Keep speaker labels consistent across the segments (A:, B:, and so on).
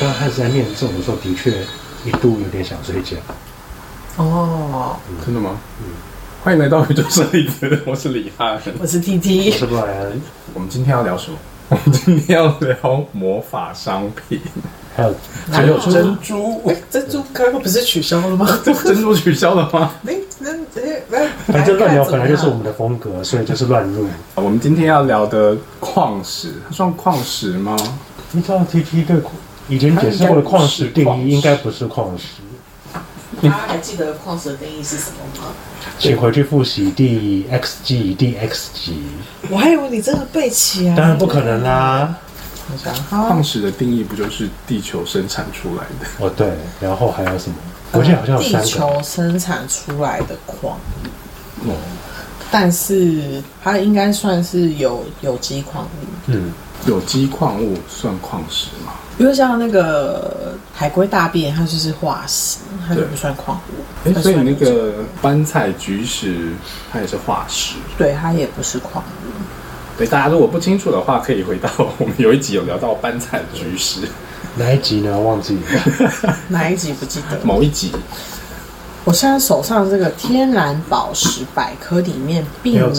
A: 刚开始在念咒的时候，的确一度有点想睡觉。
B: 哦，
C: 真的吗？嗯欢迎来到宇宙生理子，我是李汉。
B: 我是 T
A: 我
B: T，
A: 是不然
C: 我们今天要聊什么？我们今天要聊魔法商 品，
A: 还有
C: 还有珍珠。哎
B: 珍珠刚刚不是取消了吗？
C: 这珍珠取消了吗？
B: 那哎那那那，
A: 反正乱聊本来就是我们的风格，所以就是乱入。
C: 我们今天要聊的矿石，它算矿石吗？
A: 依照 T T 对以前解释过的矿石定义，应该不是矿石，
B: 大家还记得矿石的定义是什么吗？
A: 请回去复习第 X 级、第 X 级，
B: 我还以为你真的背起来，
A: 当然不可能。
D: 啊
A: 啦。
B: 我想
C: 矿
B: 哈，
C: 石的定义不就是地球生产出来的？
A: 哦，对，然后还有什么？我记得好像有
B: 地
A: 三个。
B: 球生产出来的矿，
C: 哦
B: 但是它应该算是有有机矿物，
A: 嗯，
C: 有机矿物算矿石吗？
B: 比如像那个海龟大便，它就是化石，它就不算矿物。
C: 哎，
B: 它
C: 所以
B: 算
C: 那
B: 有机
C: 个斑菜菊石，它也是化石。
B: 对它也不是矿物。
C: 对，大家如果不清楚的话，可以回到 我们有一集有聊到斑菜菊石，
A: 哪一集呢？忘记了。
B: 哪一集不记得？
C: 某一集
B: 我现在手上这个天然宝石百科里面并没有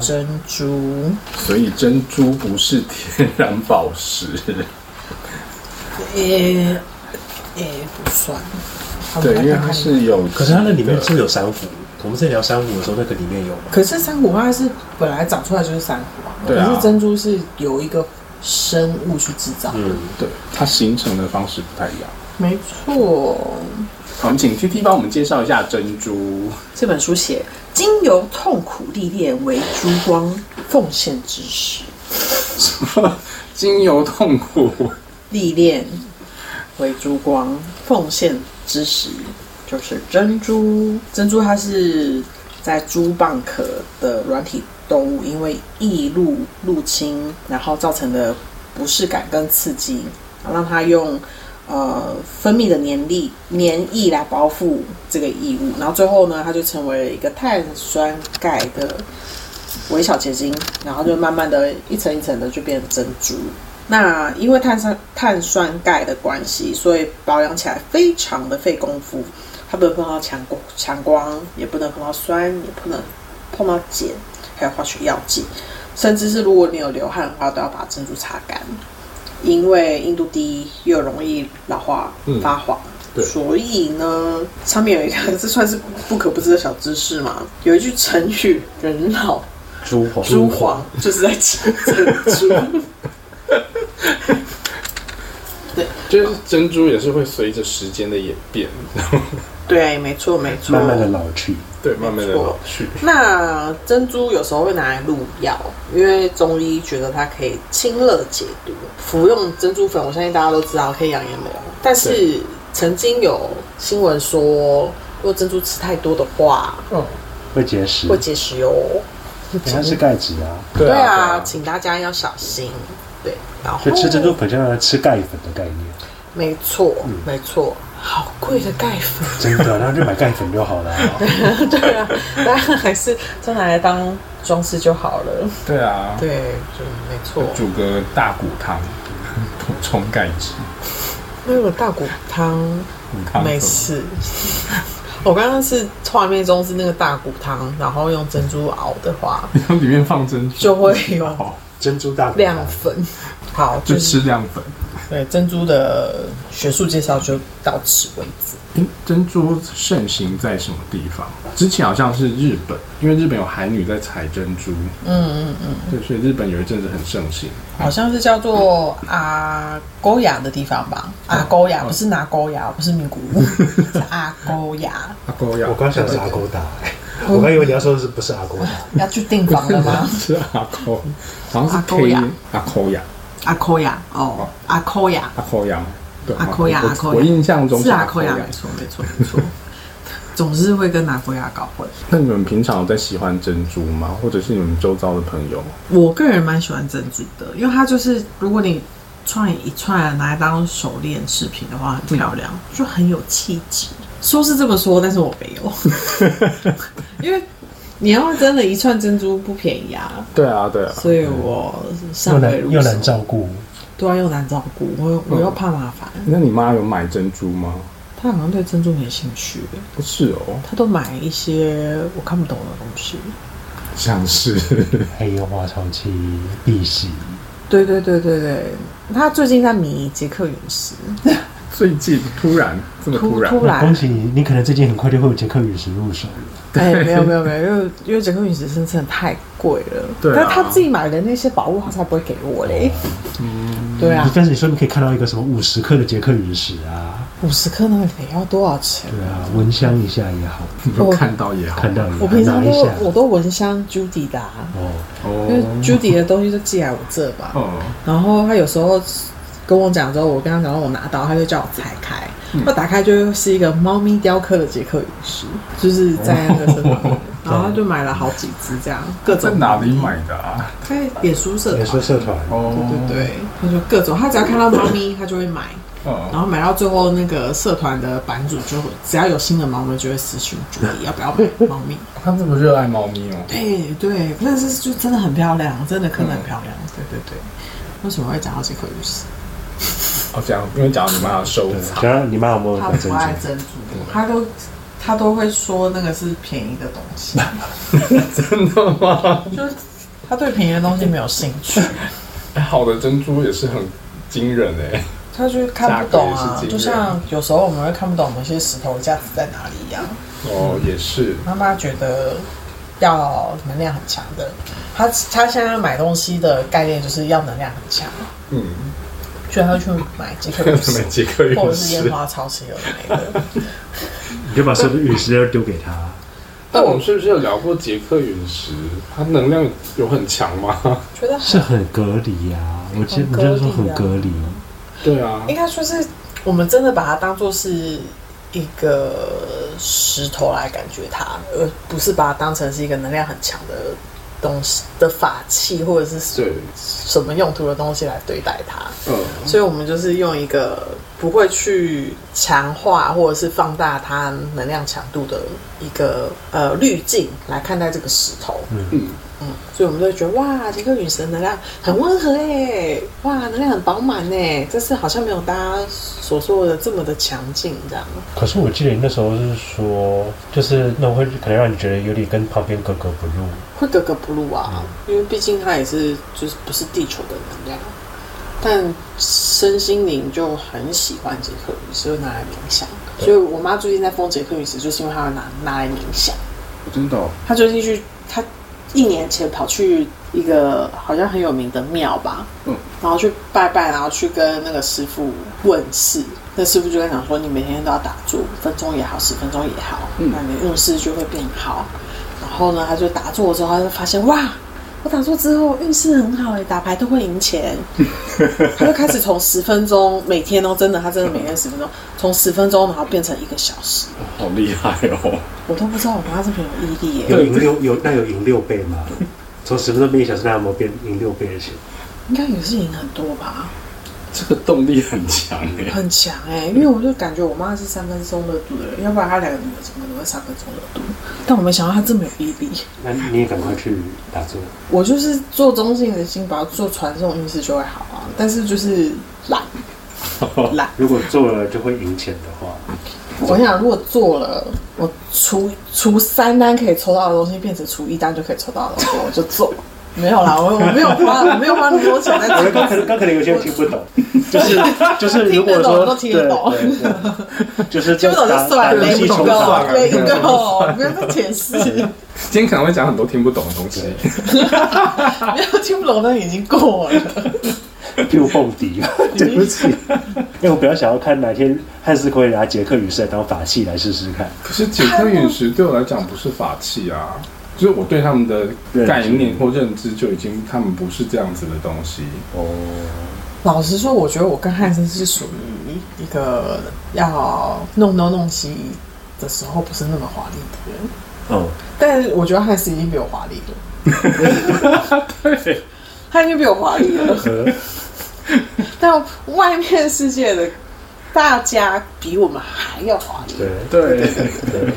B: 珍珠，
C: 所以珍珠不是天然宝石，
B: 诶诶、不算。好
C: 对，
B: 我们
C: 因为
B: 来看
C: 它
B: 看
C: 是有，
D: 可是它那里面是不是有珊瑚？我们在聊珊瑚的时候，那个里面有吗？
B: 可是珊瑚它是本来长出来就是珊瑚啊，
C: 对啊
B: 可是珍珠是由一个生物去制造，
D: 嗯，
C: 对它形成的方式不太一样。
B: 没错。
C: 好我们请 T T 帮我们介绍一下珍珠，
B: 这本书写经由痛苦历练为珠光奉献之时，
C: 精油痛苦，
B: 历练为珠光，奉献之时就是珍珠。珍珠它是在珠蚌壳的软体动物，因为异路入侵，然后造成的不适感跟刺激，让它用呃分泌的黏力黏液来包覆这个异物，然后最后呢，它就成为了一个碳酸钙的微小结晶，然后就慢慢的一层一层的就变成珍珠。那因为碳酸碳酸钙的关系，所以保养起来非常的费功夫，它不能碰到强光，强光也不能碰到酸，也不能碰到碱，还有化学药剂，甚至是如果你有流汗的话，都要把珍珠擦干，因为硬度低又容易老化
C: 嗯
B: 发黄。
C: 对
B: 所以呢，上面有一个这算是不可不知的小知识嘛，有一句成语“人老
A: 珠黄，
B: 珠黄就是在讲珍珠。
C: 就是珍珠也是会随着时间的演变，
B: 对，没错，没错。
A: 慢慢的老去。
C: 对，慢慢的
B: 没错
C: 老去。
B: 那珍珠有时候会拿来入药，因为中医觉得它可以清热解毒。服用珍珠粉，我相信大家都知道可以养颜美容。但是曾经有新闻说，如果珍珠吃太多的话，
C: 嗯
A: 会结石，
B: 会结石哦。
A: 它是钙质啊，
C: 对
B: 对
C: 啊，
B: 啊，请大家要小心。对，然后
A: 所以吃珍珠粉像吃钙粉的概念，
B: 没错，没错，好贵的钙粉。
A: 真的，然后就买钙粉就好了。
B: 对啊， 大家还是就拿来当装饰就好了。
C: 对啊，
B: 对，就没错。
C: 煮个大骨汤， 补充钙质。
B: 那个大骨汤
C: 骨汤
B: 没事。 我刚刚是画面中是那个大骨汤，然后用珍珠熬的话，
C: 然后 里面放珍珠，
B: 就会有
C: 好，
A: 珍珠大骨
B: 亮
A: 汤
B: 粉。好，
C: 就
B: 就是
C: 吃亮粉。
B: 对珍珠的学术介绍就到此为止。
C: 诶嗯珍珠盛行在什么地方？之前好像是日本，因为日本有韩女在采珍珠，
B: 嗯嗯嗯，
C: 对，所以日本有一阵子很盛行。
B: 好像是叫做阿沟雅的地方吧？阿沟雅不是拿沟雅，不是名古 屋，是阿沟雅。
C: 阿沟呀
A: 我刚想是阿勾达、欸，
B: 哦
A: 我刚以为你要说的是不是阿勾达，
B: 要去订房了吗？
C: 是阿沟，好像是
B: 阿
C: K
B: 沟呀
C: 阿沟呀，
B: 阿沟雅哦，阿沟雅。
C: 阿沟呀，对吗
B: 阿沟呀
C: 我
B: 阿沟呀
C: 我印象中啊
B: 是阿
C: 沟
B: 扣牙，没错，没错，没错。 总是会跟拿扣牙搞混。
C: 那你们平常有在喜欢珍珠吗？或者是你们周遭的朋友？
B: 我个人蛮喜欢珍珠的，因为它就是如果你串一串拿来当手链饰品的话，很漂亮，
C: 嗯
B: 就很有气质。说是这么说，但是我没有，因为你要真的一 串珍珠不便宜啊，
C: 对啊，对啊，
B: 所以我
A: 又
B: 上回
A: 难
B: 入
A: 又
B: 手
A: 难照顾，
B: 对啊，又难照顾，
C: 嗯
B: 我我又怕麻烦。
C: 那你妈有买珍珠吗？
B: 他好像对珍珠没兴趣，
C: 不是哦，
B: 他都买一些我看不懂的东西。
C: 像是
A: 黑油花潮期碧玺，
B: 对对对对对，他最近在迷捷克陨石，
C: 最近突然这么突
B: 突
C: 然，
B: 突
A: 那
B: 然
A: 恭，喜你，你可能最近很快就会有捷克陨石入手了。
B: 哎，没有没有没有，因为因为捷克陨石真的太贵了，
C: 对啊
B: 但他自己买的那些宝物他才不会给我嘞，
C: 嗯，
B: 对啊，
A: 但是你说你可以看到一个什么五十克的捷克陨石啊，
B: 五十克那个得要多少钱
A: 对？啊，闻香一下也好，
C: 你就
B: 我
C: 看到也好，
A: 看到你
B: 我平常
A: 啊拿
B: 都
A: 一下
B: 我都闻香 Judy 的、啊，
A: 哦，
C: 哦
B: 因为 Judy 的东西就寄来我这吧，
C: 哦，
B: 然后他有时候跟我讲之后，我跟他讲说我拿到，他就叫我拆开。他打开就是一个猫咪雕刻的捷克陨石，就是在那个身上，然后他就买了好几只这样，各
C: 在
B: 种
C: 哪里？买的啊？
B: 他脸书社
A: 也
B: 团，
A: 是社团，
C: 哦，
B: 对对，对，他就各种，他只要看到猫咪，他就会买，然
C: 哦，
B: 后买到最后那个社团的版主就会，只要有新的猫咪就会私讯主意要不要买 猫咪。
C: 他这么热爱猫咪哦，
B: 对对，但是就真的很漂亮，真的真的很漂亮。对对对，为什么会讲到捷克陨石？
C: 哦，这样，因为假如你妈要收
A: 对，
C: 藏，
A: 想让你妈有没有
B: 他
A: 买珍
B: 不爱
A: 珠？
B: 珍珠，嗯他都他都会说那个是便宜的东西，
C: 真的吗？
B: 就是他对便宜的东西没有兴趣，
C: 哎好的珍珠也是很惊人哎，
B: 他就是看不懂啊
C: 价格也是。惊
B: 就
C: 人
B: 像有时候我们会看不懂某些石头的价值在哪里一样，
C: 哦，也是，
B: 妈妈觉得要能量很强的，他他现在买东西的概念就是要能量很强，
C: 嗯，
B: 所以他会去买这克
C: 还有
B: 陨
C: 什么
B: 石。
C: 捷克
B: 或
C: 陨
B: 者是烟
C: 石？
B: 花超市有的那个，
A: 你就把所有的陨石都丢给他，
C: 但我们是不是有聊过捷克陨石？它能量有很强吗？
B: 觉得
A: 是很隔离呀。我记得你就是
B: 很隔离啊
A: 说很隔离，
C: 对啊
B: 应，该说是我们真的把它当做是一个石头来感觉它，而不是把它当成是一个能量很强的东西的法器或者是
C: 对，
B: 什么用途的东西来对待它。
C: 嗯，
B: 所以我们就是用一个不会去强化或者是放大它能量强度的一个呃滤镜来看待这个石头。
C: 嗯
B: 嗯，所以我们就会觉得哇，杰克陨石的能量很温和哎，哇，能量很饱满哎，这次好像没有大家所说的这么的强劲这样。
A: 可是我记得你那时候是说，就是那种会可能让你觉得有点跟旁边格格不入。
B: 会格格不入啊，因为毕竟它也是就是不是地球的能量，但身心灵就很喜欢捷克陨石，就拿来冥想。所以我妈最近在封捷克陨石，就是因为她要拿拿来冥想。
C: 真的哦，
B: 她最近去，她一年前跑去一个好像很有名的庙吧，
C: 嗯，
B: 然后去拜拜，然后去跟那个师傅问事。那师傅就跟他讲说，你每天都要打坐，五分钟也好，十分钟也好，
C: 嗯
B: 那你的运势就会变好。然后呢，他就打坐的时候，他就发现哇，我打坐之后运势很好哎，打牌都会赢 钱。他就开始从十分钟每天哦，真的，他真的每天十分钟，从十分钟然后变成一个小时，
C: 好厉害哦，
B: 我都不知道我妈这么有毅力耶。
A: 有赢六有那有赢六倍吗？从十分钟变一小时，那有没有变赢六倍的钱？
B: 应该也是赢很多吧，
C: 这个动力很强哎，
B: 很强哎、因为我就感觉我妈是三分钟热度的人，要不然她两个女儿怎么可能会三分钟热度？但我没想到她这么有毅力。
A: 那你也赶快去打坐。
B: 我就是做中性的心，把它做传送运势就会好啊，但是就是懒， 懒。
A: 如果做了就会赢钱的话，
B: 我想如果做了，我除除三单可以抽到的东西变成除一单就可以抽到的东西，我就做。 没有啦，我我没有花，我没有花那么多钱在
A: 我
B: 这
A: 刚
B: 个。
A: 可能刚可能有些人听不懂，就是 就是如果
B: 听得懂
A: 说
B: 都 听得懂
A: 对对对就是
B: 听不 懂就
A: 打
B: 算了
A: 打游
B: ，Let
A: 戏啊
B: it
A: 重打
B: go，Let it go，不要再解释。
C: 今天可能会讲很多听不懂的东西，
B: 没有听不懂的已经过了。
A: ，Q 蹦迪， 对不起。因为我比较想要看哪天汉斯可以拿捷克语射当法器来试试看。
C: 可是捷克陨石对我来讲不是法器啊，就是我对他们的概念或认知就已经，他们不是这样子的东西。
A: 哦，
B: 老实说，我觉得我跟汉森是属于一个要弄东弄西的时候不是那么华丽的人，
A: 嗯，
B: 但是我觉得汉森已经比我华丽了。 他已经比我华丽了， 但外面世界的大家比我们还要华丽。
A: 对，
C: 对，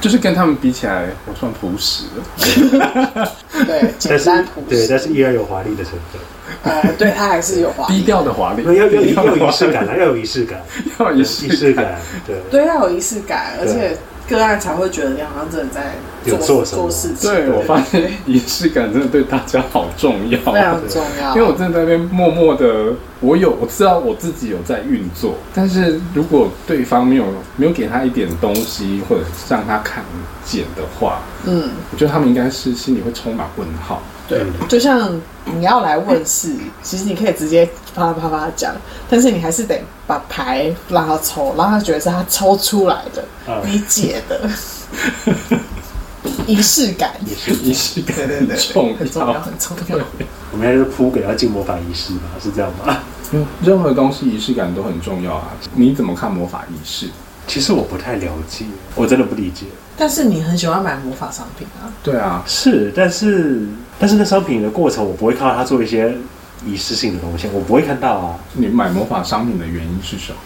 C: 就是跟他们比起来，我算朴实的。
B: 对，
A: 但
B: 简
A: 是
B: 单朴
A: 对，
B: 实，
A: 但是依然有华丽的成分，
B: 呃，对他还是有华
C: 低
B: 丽，
C: 调的华丽，
A: 要要要要啊有仪 式感
C: 的
A: 啊，要有仪式感，
C: 华
A: 有
C: 丽，要有仪
A: 仪
C: 式
A: 式
C: 感。
A: 感，对。
B: 对，要有仪式感，而
A: 对
B: 且个案才会觉得你好像真的在
A: 有
B: 做
A: 做什么
B: 做事情，
C: 对，我发现仪式感真的对大家好重要。
B: 非常重要。
C: 因为我真的在那边默默的，我有我知道我自己有在运作，但是如果对方没有没有给他一点东西，或者是让他看见的话，
B: 嗯，
C: 我觉得他们应该是心里会充满问号。
B: 对
A: 嗯，
B: 就像你要来问事，其实你可以直接啪啦啪啦讲，但是你还是得把牌让他抽，让他觉得是他抽出来的，
A: 啊
B: 你解的仪式感，
A: 也是，
C: 仪式感
B: 对对
C: 很
B: 对，
C: 重
B: 很重要，
C: 要，
B: 很重要。
A: 我们现在是铺给要进魔法仪式嘛，是这样吗？
C: 因为任何东西仪式感都很重要啊。你怎么看魔法仪式？
A: 其实我不太了解，我真的不理解。
B: 但是你很喜欢买魔法商品啊，
C: 对啊，
A: 是，但是但是那商品的过程，我不会看到他做一些仪式性的东西，我不会看到啊。
C: 你买魔法商品的原因是什么？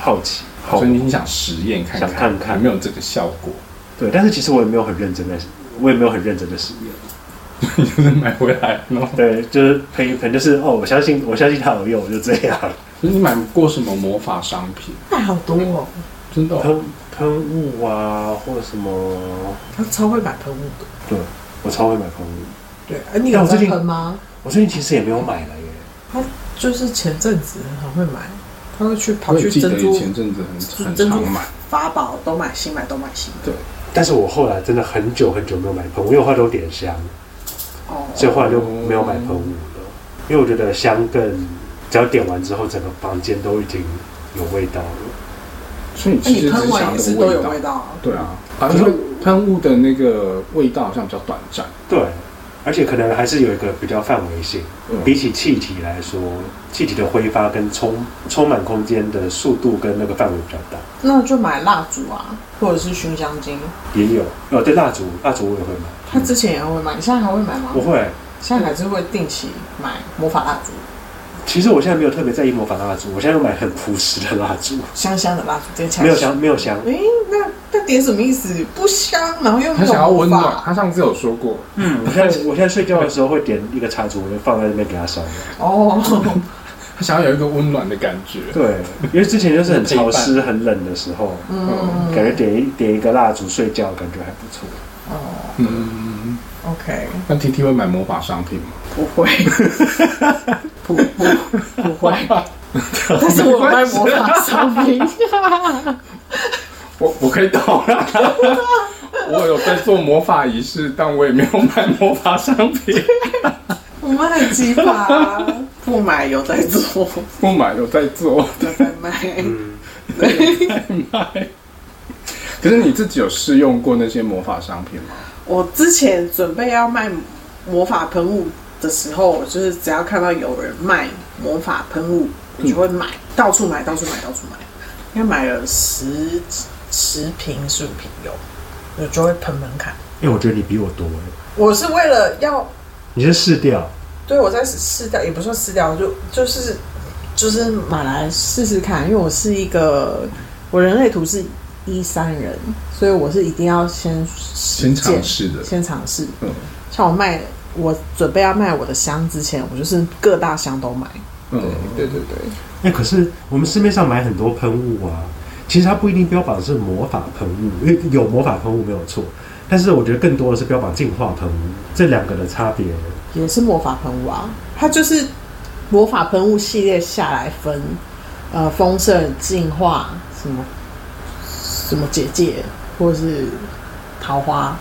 A: 好奇，好
C: 所以你想实验看看，
A: 想看看
C: 有没有这个效果？
A: 对，但是其实我也没有很认真的，我也没有很认真的实验。
C: 就是买回来，然后
A: 对，就是喷一喷，就是哦，我相信我相信它有用，我就这样。
C: 就是你买过什么魔法商品？
B: 买好多哦，
C: 真的哦、
A: 喷喷雾啊，或者什么，
B: 他超会买喷雾的。
A: 对我超会买喷雾。
B: 对，哎，你
A: 但
B: 有
A: 我
B: 在
A: 最近
B: 喷吗？
A: 我最近其实也没有买了耶。
B: 就是前阵子很会买，他会去跑
C: 我也
B: 去
C: 记得
B: 珍
C: 以
B: 珠
C: 前阵子很很
B: 珍珠
C: 常买，
B: 法宝都买新买都买新的。
A: 但是我后来真的很久很久没有买喷雾，因为我后来都点香，
B: 哦，
A: 所以后来就没有买喷雾了。因为我觉得香更，只要点完之后，整个房间都已经有味道了。
C: 所以
B: 那
C: 其
B: 你
C: 实只
B: 喷完
C: 想
B: 也是
C: 那
B: 都有
C: 个
B: 味
C: 味道。
B: 道啊。
C: 对啊，啊，因为喷雾的那个味道好像比较短暂。
A: 对，而且可能还是有一个比较范围性，
C: 嗯
A: 比起气体来说，气体的挥发跟充充满空间的速度跟那个范围比较大。
B: 那就买蜡烛啊，或者是熏香精。
A: 也有哦，对，蜡烛，蜡烛我也会买，
B: 他之前也会买，你现在还会买吗
A: 我？会。
B: 现在还是会定期买魔法蜡烛，
A: 其实我现在没有特别在意魔法蜡烛，我现在都买很朴实的蜡 烛，
B: 香香的蜡烛，点起来
A: 没有香，。没有香。
B: 诶，那那点什么意思？不香，然后又没
C: 他
B: 有
C: 想要温
B: 魔
C: 暖，
B: 法。
C: 他上次有说过，
A: 嗯，我现在 我现在睡觉的时候会点一个插烛，我就放在那边给它烧。
B: 哦，
C: 他想要有一个温暖的感觉。
A: 对，因为之前就是很潮湿、很冷的时候，
B: 嗯，
A: 感觉点一点一个蜡烛睡觉，感觉还不错。
B: 哦
C: 嗯，
B: ，OK，
C: 那 T T 会买魔法商品吗？
B: 不 会，不不不会。但是我卖魔法商 品，
C: 我我可以懂 了，我有在做魔法仪式，但我也没有买魔法商 品，
B: 我们很奇葩，不买有在做，
C: 不买有在做，
B: 有在卖。
A: 嗯，
C: 卖。可是你自己有试用过那些魔法商品吗？
B: 我之前准备要卖魔法喷雾的时候，我就是只要看到有人卖魔法喷雾，我就会买，到处买，到处买，到处买。应该买了十十瓶、十五瓶有，我就会喷门槛。
A: 因为哎我觉得你比我多，哎
B: 我是为了要
A: 你是试掉，
B: 对我在试掉，也不算试掉，就就是就是买来试试看，因为我是一个我人类图是一三人，所以我是一定要先
C: 先
B: 先
C: 尝试的，
B: 先尝试。
C: 嗯
B: 像我卖，我准备要卖我的香之前，我就是各大香都买。
C: 嗯，
B: 对对对，
A: 那、可是我们市面上买很多喷雾啊，其实它不一定标榜是魔法喷雾，因为有魔法喷雾没有错，但是我觉得更多的是标榜净化喷雾，这两个的差别。
B: 也是魔法喷雾啊，它就是魔法喷雾系列下来分，呃，丰盛、净化什么什么结界，或是桃花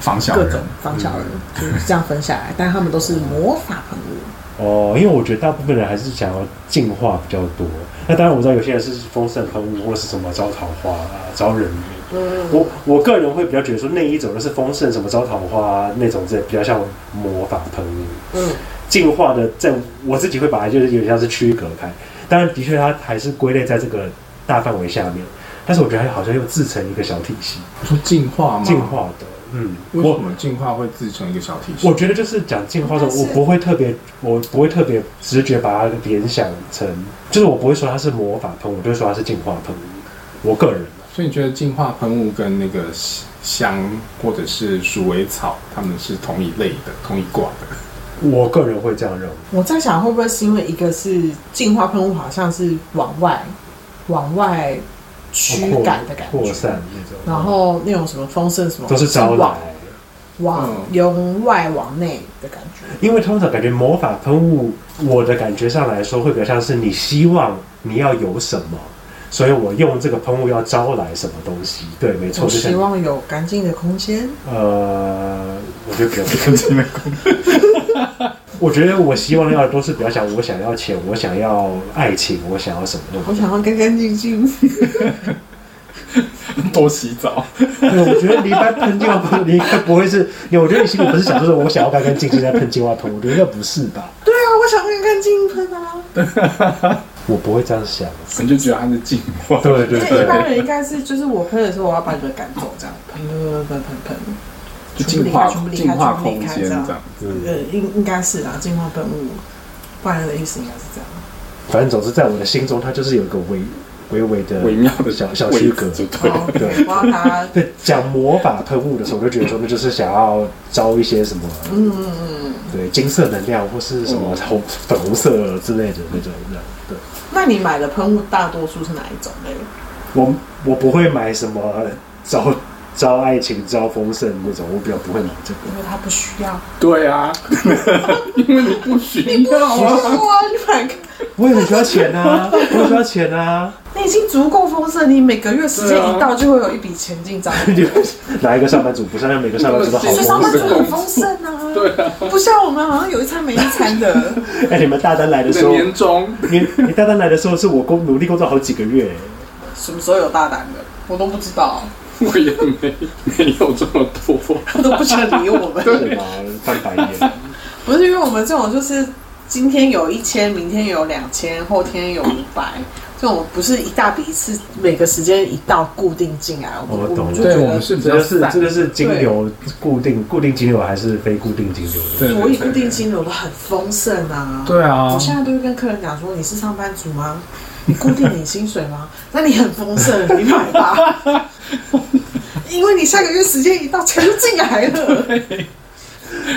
C: 防小
B: 各
C: 人
B: 种方小人，
A: 嗯
B: 就是这样分下来，但他们都是魔法喷雾。
A: 哦，因为我觉得大部分人还是想要净化比较多。那当然，我知道有些人是丰盛喷雾，或者是什么招桃花啊、招人缘。
B: 嗯，
A: 我我个人会比较觉得说，那一种就是丰盛，什么招桃花、啊、那种，这比较像魔法喷雾。
B: 嗯，
A: 净化的，在我自己会把它就是有点像是区隔开。当然，的确它还是归类在这个大范围下面，但是我觉得它好像又自成一个小体系，
C: 你说进化吗？
B: 哦
A: 进化的。嗯，
C: 为什
A: 我
C: 么进化会自成一个小体系？
A: 我觉得就是讲进化的时候，我
B: 但是
A: 不会特别，我不会特别直觉把它联想成，就是我不会说它是魔法喷雾，我就会说它是进化喷雾。我个人
C: 所以你觉得进化喷雾跟那个香或者是鼠尾草，它们是同一类的、同一挂的。
A: 我个人会这样认为。
B: 我在想，会不会是因为一个是净化喷雾，好像是往外往外驱
A: 哦扩
B: 赶的感
A: 扩
B: 觉，哦
A: 散那种，
B: 然后那种什么风盛什么
A: 都是招
B: 往
A: 来。
B: 往
C: 嗯
B: 由外往内的感觉，
A: 因为通常感觉魔法喷雾，我的感觉上来说会比较像是你希望你要有什么，所以我用这个喷雾要招来什么东西。对，没错，
B: 我
A: 就像
B: 希望有干净的空间。
A: 呃，我觉得比较不用进来 我觉得我希望要的都是比较想我想要钱，我想要爱情，我想要什么那
B: 我
A: 种。
B: 想要干干净净，
C: 多洗澡，
A: 对，我觉得你一般喷净化喷雾，你应该不会是，你我觉得你心里不是想说我想要干干净净在喷净化喷雾，我觉得应该不是吧？
B: 对啊，我想干干净净喷啊。
A: 我不会这样想。
C: 你就觉得它是净化。
A: 对对
B: 因为一
A: 对，
B: 般人应该是，就是我喷的时候，我要把你们赶走，这样喷喷喷喷喷。
C: 就净化
B: 全部离开
C: 净化
B: 全部离
C: 空
B: 开
C: 间这
B: 这
C: 样
B: 样。
A: 嗯，
B: 呃，应应该是啊，净化喷雾，不然的意思应该是这样。
A: 反正总之在我的心中，它就是有一个微微微的
C: 微妙的
A: 小小区隔
C: 位。置就对了。
B: 好
A: 对
B: 我不知道他，
A: 对，讲魔法喷雾的时候，我就觉得说，那就是想要招一些什么，
B: 嗯嗯嗯。
A: 对，金色能量或是什么
C: 嗯
A: 红、粉红色之类的那种的。对，
B: 那你买的喷雾大多数是哪一种类？
A: 我我不会买什么招招爱情、招丰盛那种，我比较不会买这个。
B: 因为它不需要。
C: 对啊，因为你不需要啊。
B: 哇，你买个，
A: 我也很需要钱啊，我也需要钱 啊。
B: 你已经足够丰盛，你每个月时间
C: 对啊
B: 一到就会有一笔钱进账。
A: 哪一个上班族不是？让每个上班族都啊好
B: 所以上
A: 丰
B: 班
A: 盛
B: 族。很丰盛啊，
C: 对啊，
B: 不像我们好像有一餐没一餐的。
A: 哎、你们大单来的
C: 你
A: 时
C: 的
A: 候，
C: 年终
A: 你你大单来的时候是我工努力工作好几个月、
B: 什么时候有大胆的？我都不知道，
C: 我也没没有这么多。
B: 我都不想理我 们。
A: 为什么翻白眼？
B: 不是因为我们这种就是今天有一千，明天有两千，后天有五百，这种不是一大笔是每个时间一到固定进来，我
A: 我
B: 们
A: 懂
B: 们
A: 了
B: 就觉
C: 对我们
B: 得
C: 是比
A: 这
C: 较
A: 个是
C: 散
A: 这个是金流固定固定金流还是非固定金流的？
C: 对
B: 所以固定金流都很丰盛啊。
C: 对啊
B: 我现在都会跟客人讲说，你是上班族吗？你固定领薪水吗？ 那你很丰盛，你买吧， 因为你下个月时间一到，钱就进来了。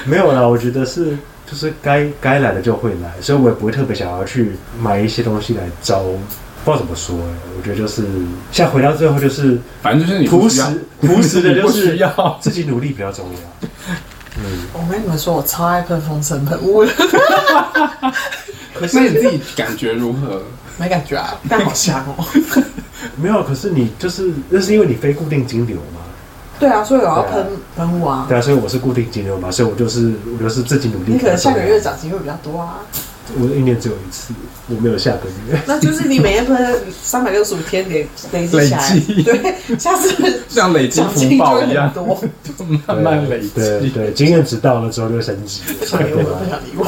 A: 没有啦，我觉得是就是该该来的就会来，所以我也不会特别想要去买一些东西来招。不知道怎么说哎、我觉得就是像回到最后就是
C: 反正就是你
A: 朴
C: 不
A: 实
C: 需要，
A: 朴实的就
C: 你不需
A: 是
C: 要。
A: 自己努力比较重要。嗯，
B: 我跟你们说，我超爱喷风神喷雾，
A: 可
C: 那你自己感觉如何？
B: 没感觉啊，但好香哦。
A: 没有，可是你就是那是因为你非固定金流嘛，
B: 对啊，所以我要
A: 对啊
B: 喷喷雾啊。
A: 对啊，所以我是固定金流嘛，所以我就是我就是自己努力
B: 你
A: 比较重要。
B: 可能下个月涨薪会比较多啊，
A: 我一年只有一次，我没有下个月。
B: 那就是你每天喷三百六十五天累累积下来
C: 累积，
B: 对，下 次
C: 像累积
B: 奖金
C: 福
B: 就
C: 报
B: 会
C: 一
B: 很
C: 样，
B: 多。
C: 慢慢累
A: 对对
C: 积。
A: 对，经验值到了之后就会升级，
B: 不想理
A: 对
B: 我，
A: 吧
B: 不？想理我。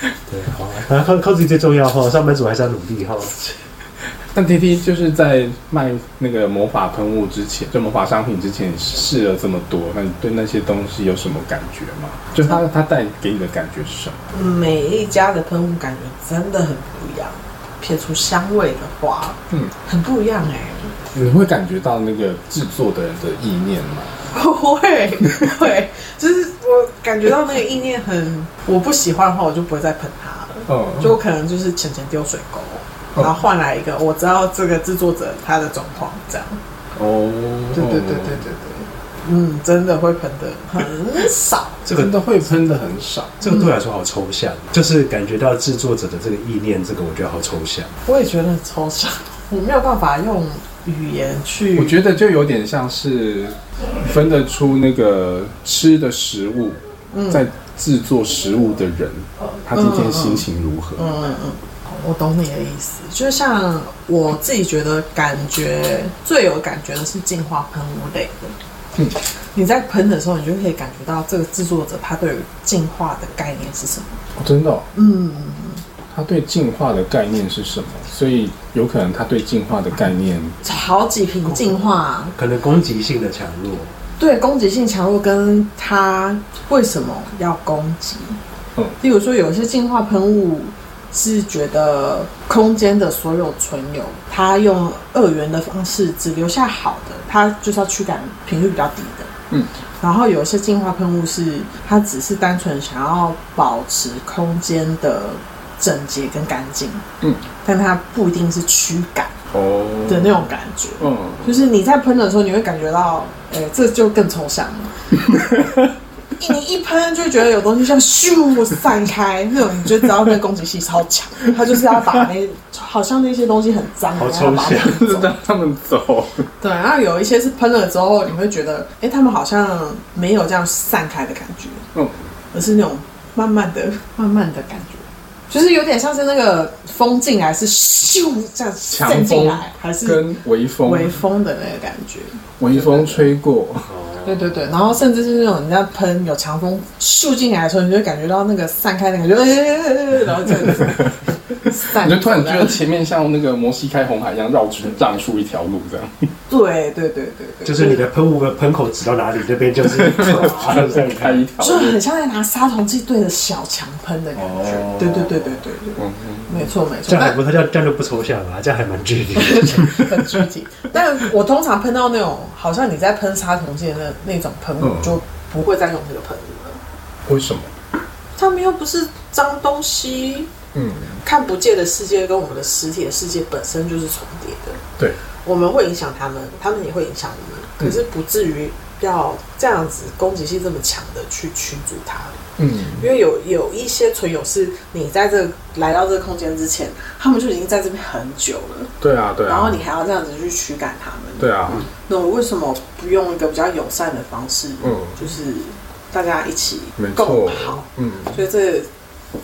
A: 对，好，反正靠靠自己最重要哈，上班族还是要努力哈。
C: 但 T T 就是在卖那个魔法喷雾之前，就魔法商品之前你试了这么多，那你对那些东西有什么感觉吗？就它它带给你的感觉是什么？
B: 每一家的喷雾感觉真的很不一样，撇除香味的话，
C: 嗯，
B: 很不一样哎、
C: 你会感觉到那个制作的人的意念吗？
B: 会会，就是我感觉到那个意念很，我不喜欢的话，我就不会再喷它了。
C: 嗯，
B: 就可能就是钱钱丢水沟，然后换来一个我知道这个制作者他的状况这样。
C: 哦，
B: 对对对对对对，嗯，真的会喷的很少，
C: 这个真的会喷的很少。
A: 这个对我来说好抽象，就是感觉到制作者的这个意念，这个我觉得好抽象。
B: 我也觉得很抽象，我没有办法用语言去。
C: 我觉得就有点像是分得出那个吃的食物，
B: 嗯
C: 在制作食物的人，他今天心情如何？
B: 嗯嗯嗯，我懂你的意思。就像我自己觉得，感觉最有感觉的是净化喷雾类的。
C: 嗯
B: 你在喷的时候，你就可以感觉到这个制作者他对于净化的概念是什么。
C: 哦真的哦、
B: 嗯，
C: 他对进化的概念是什么？所以有可能他对进化的概念，
B: 好几瓶净化，
A: 可能攻击性的强弱，
B: 对攻击性强弱跟它为什么要攻击？
C: 嗯
B: 例如说，有些净化喷雾是觉得空间的所有存有，它用二元的方式只留下好的，它就是要驱赶频率比较低的。嗯，然后有一些净化喷雾是它只是单纯想要保持空间的整洁跟干净，
C: 嗯，
B: 但它不一定是驱赶
C: 哦，
B: 的那种感觉。
C: 嗯，
B: 就是你在喷的时候，你会感觉到，呃、这就更抽象了。 你一喷就会觉得有东西像咻散开，那种你觉得只要那攻击性超强，它就是要把那好像那些东西很脏，
A: 好
B: 然后要把它
A: 抽象
B: 喷走
C: 让他们走，
B: 对，然后有一些是喷了之后，你会觉得，哎，他们好像没有这样散开的感觉，
C: 嗯，
B: 而是那种慢慢的、慢慢的感觉，就是有点像是那个风进来是咻这样
C: 强
B: 渗进
C: 风
B: 来，还是
C: 跟微风，
B: 微风的那个感觉。
C: 微风吹过，
B: 对对对，然后甚至是那种人家喷有强风咻进来的时候，你就会感觉到那个散开那个，就哎哎哎哎哎，然后这样子散开，
C: 你就突然觉得前面像那个摩西开红海一样绕出让出一条路这样，
B: 对对对对对，
A: 就是你的喷雾的喷口指到哪里，那边就是啊
C: 再开一条
B: 就
C: 路，
B: 很像在拿杀虫剂对着小强喷的感觉。
C: 哦
B: 对对对对对对，
C: 嗯，
B: 没错没错
A: 这样还
B: 但
A: 不这样这样就不抽象了，这样还蛮具体的。
B: 很具体。但我通常喷到那种好像你在喷杀虫剂的那那种喷雾，
C: 嗯
B: 就不会再用这个喷雾了。
C: 为什么？
B: 他们又不是脏东西，
C: 嗯，
B: 看不见的世界跟我们的实体的世界本身就是重叠的。
C: 对，
B: 我们会影响他们，他们也会影响我们，
C: 嗯
B: 可是不至于要这样子攻击性这么强的去驱逐它。
C: 嗯，
B: 因为有有一些存有是你在这来到这个空间之前，他们就已经在这边很久了，
C: 对啊，对啊，
B: 然后你还要这样子去驱赶他们。
C: 对啊，
B: 那我为什么不用一个比较友善的方式？
C: 嗯
B: 就是大家一起
C: 没
B: 共
C: 错
B: 好。，
C: 嗯，
B: 所以这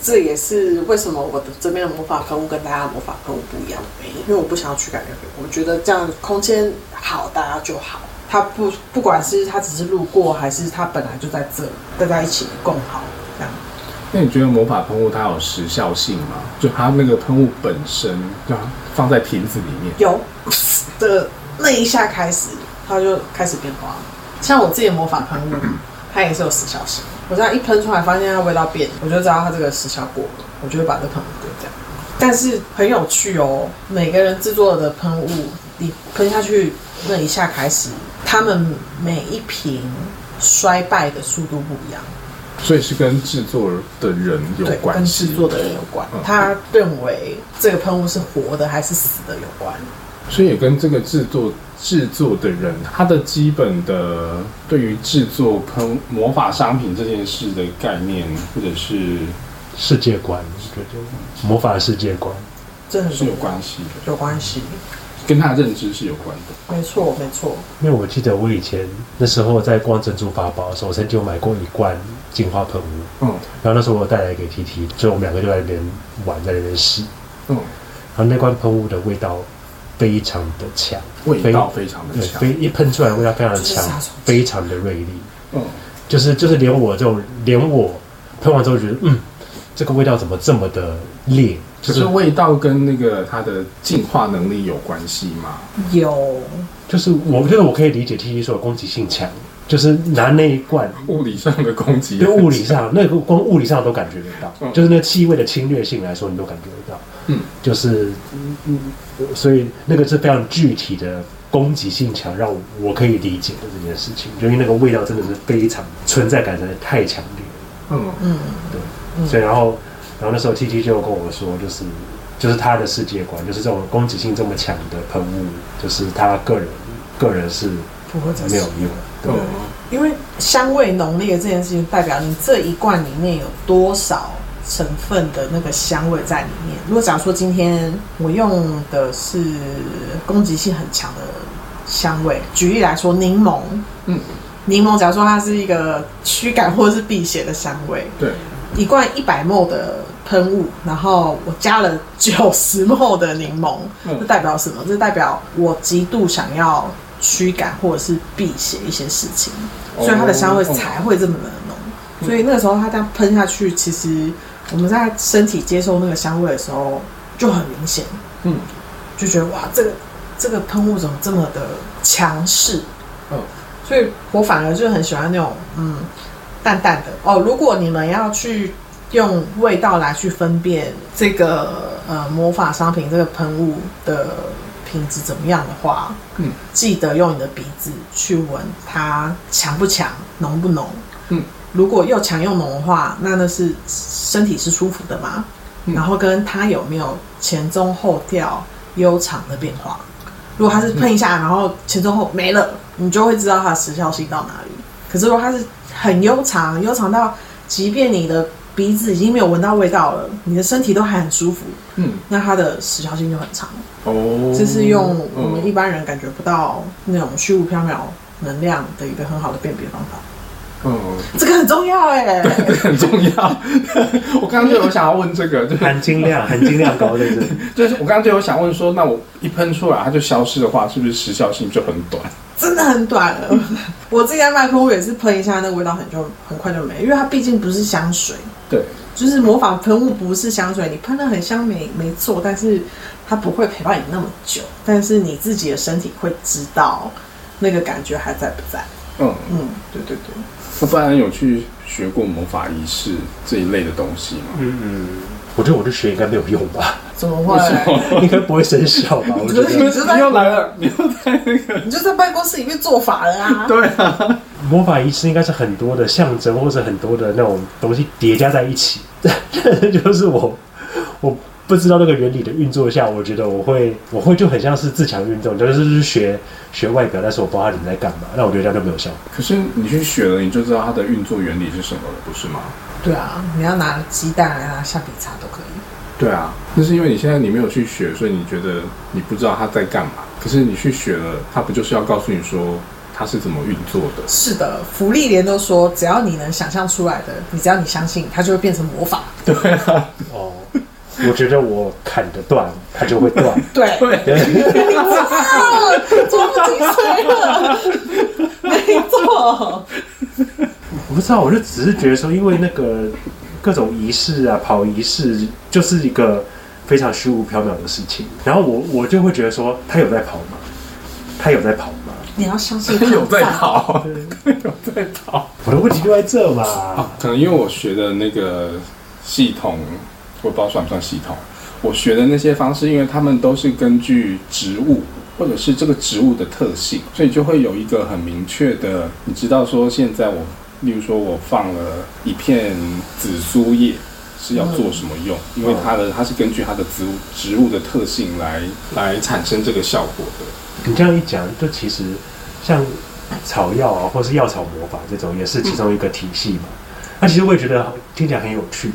B: 这也是为什么我的这边的魔法喷雾跟大家的魔法喷雾不一样的原因，因为我不想要驱赶任何人，我觉得这样空间好，大家就好。他不不管是他只是路过，还是他本来就在这，大家一起共好这样。
C: 那你觉得魔法喷雾它有时效性吗？就它那个喷雾本身，就它放在瓶子里面，
B: 有的那一下开始，它就开始变化了。像我自己的魔法喷雾，
C: 嗯
B: 它也是有时效性。我这样一喷出来，发现它味道变，我就知道它这个时效过了，我就会把这喷雾丢掉。但是很有趣哦，每个人制作的喷雾，你喷下去那一下开始，他们每一瓶衰败的速度不一样。
C: 所以是跟制作的人有
B: 对，
C: 关
B: 跟
C: 系，
B: 制作的人有关。
C: 嗯
B: 他认为这个喷雾是活的还是死的有关。
C: 所以也跟这个制作制作的人，他的基本的对于制作喷魔法商品这件事的概念，或者是
A: 世界观，我觉得魔法世界观，
B: 真的
C: 是有关系的，
B: 有关系，
C: 跟他的认知是有关的。
B: 没错没错。
A: 因为我记得我以前那时候在逛珍珠法宝的时候，我曾经有买过一罐净化喷雾，
C: 嗯
A: 然后那时候我带来给 T T，所以我们两个就在那边玩，在那边试，
C: 嗯，
A: 然后那罐喷雾的味道非常的强，
C: 味道非常的
A: 对，
C: 强。
A: 非一喷出来味道非常的
B: 就是
A: 强
B: 杀虫剂，
A: 非常的锐利，
C: 嗯，
A: 就是就是连我这种连我喷完之后觉得，嗯，这个味道怎么这么的烈，
C: 可
A: 就是是
C: 味道跟那个它的进化能力有关系吗？
B: 嗯有，
A: 就是我觉得我可以理解 T T 说的攻击性强，就是拿那一罐
C: 物理上的攻击，
A: 就物理上，那个光物理上都感觉得到，
C: 嗯
A: 就是那气味的侵略性来说，你都感觉得到。
C: 嗯，
A: 就是嗯嗯，所以那个是非常具体的攻击性强，让我我可以理解的这件事情，因为那个味道真的是非常存在感，真的太强烈了。
C: 嗯，
B: 嗯，嗯
A: 所以然后，然后那时候 T T 就有跟我说，就是就是他的世界观，就是这种攻击性这么强的喷雾，就是他个人个人是
B: 不会再
A: 没有
B: 吃
A: 用。对，
C: 嗯
B: 因为香味浓烈这件事情，代表你这一罐里面有多少成分的那个香味在里面。如果假如说今天我用的是攻击性很强的香味，举例来说，柠檬，
C: 嗯，
B: 柠檬，假如说它是一个驱赶或者是辟邪的香味，
C: 对，
B: 一罐一百 ml 的喷雾，然后我加了九十 ml 的柠檬，
C: 嗯
B: 这代表什么？这代表我极度想要驱赶或者是避邪一些事情，
C: 哦
B: 所以它的香味才会这么的浓。
C: 嗯
B: 所以那个时候它这样喷下去，其实我们在身体接受那个香味的时候就很明显，
C: 嗯，
B: 就觉得哇，这个这个喷雾怎么这么的强势？
C: 嗯，
B: 所以我反而就很喜欢那种嗯淡淡的哦。如果你们要去用味道来去分辨这个呃魔法商品这个喷雾的品质怎么样的话，
C: 嗯，
B: 记得用你的鼻子去闻它强不强、浓不浓。
C: 嗯，
B: 如果又强又浓的话，那那是身体是舒服的嘛？
C: 嗯
B: 然后跟它有没有前中后调悠长的变化。如果它是喷一下，然后前中后没了，你就会知道它的时效性到哪里。可是如果它是很悠长，悠长到即便你的鼻子已经没有闻到味道了，你的身体都还很舒服，
C: 嗯，
B: 那它的时效性就很长。
C: 哦，
B: 这是用我们一
C: 嗯
B: 般人感觉不到那种虚无缥缈能量的一个很好的辨别方法，
C: 嗯，
B: 这个很重要哎、
C: 这个很重要。我刚刚就有想要问这个，就是
A: 含金量含金量高 在这里。
C: 就是我刚刚就有想问说，那我一喷出来它就消失的话，是不是时效性就很短？
B: 真的很短 了。我自己在麦克风也是喷一下，那个味道很就很快就没，因为它毕竟不是香水，
C: 对，
B: 就是魔法喷雾不是香水，你喷的很香没没错，但是它不会陪伴你那么久，但是你自己的身体会知道那个感觉还在不在。
C: 嗯，
B: 嗯，对对对。
C: 那不然有去学过魔法仪式这一类的东西吗？
A: 嗯嗯，
D: 我觉得我去学应该没有用吧，
B: 怎么会？
A: 应该不会生效吧？我觉
B: 对
A: 得
B: 你就在
C: 你又来了，你又在那个
B: 你就在办公室里面做法了啊！
C: 对啊，
A: 魔法仪式应该是很多的象征或者很多的那种东西叠加在一起， 就是我我不知道那个原理的运作下，我觉得我会我会就很像是自强运动，就是去学学外表，但是我不知道它里面在干嘛，那我觉得这样就没有效。
C: 可是你去学了，你就知道它的运作原理是什么了，不是吗？
B: 对啊，你要拿鸡蛋来拿橡皮擦都可以。
C: 对啊，那是因为你现在你没有去学，所以你觉得你不知道它在干嘛。可是你去学了，它不就是要告诉你说它是怎么运作的？
B: 是的，福利连都说，只要你能想象出来的，你只要你相信，它就会变成魔法。
C: 对啊，
A: 哦，我觉得我砍得断，它就会断。
B: 对，
C: 对，
B: 啊做不精髓了，没错。
A: 我不知道，我就只是觉得说，因为那个各种仪式啊，跑仪式就是一个非常虚无缥缈的事情。然后我我就会觉得说，他有在跑吗？他有在跑吗？
B: 你要相信
C: 它有 在
B: 跑。
C: 跑，它有在跑。
A: 我的问题就在这嘛。
C: 可能因为我学的那个系统，我不知道算不算系统。我学的那些方式，因为他们都是根据植物或者是这个植物的特性，所以就会有一个很明确的，你知道说现在我，例如说我放了一片紫苏叶是要做什么用，因为它的它是根据它的植物植物的特性来来产生这个效果的。
A: 你这样一讲，就其实像草药啊，或是药草魔法这种，也是其中一个体系嘛。那、其实我也觉得听起来很有趣，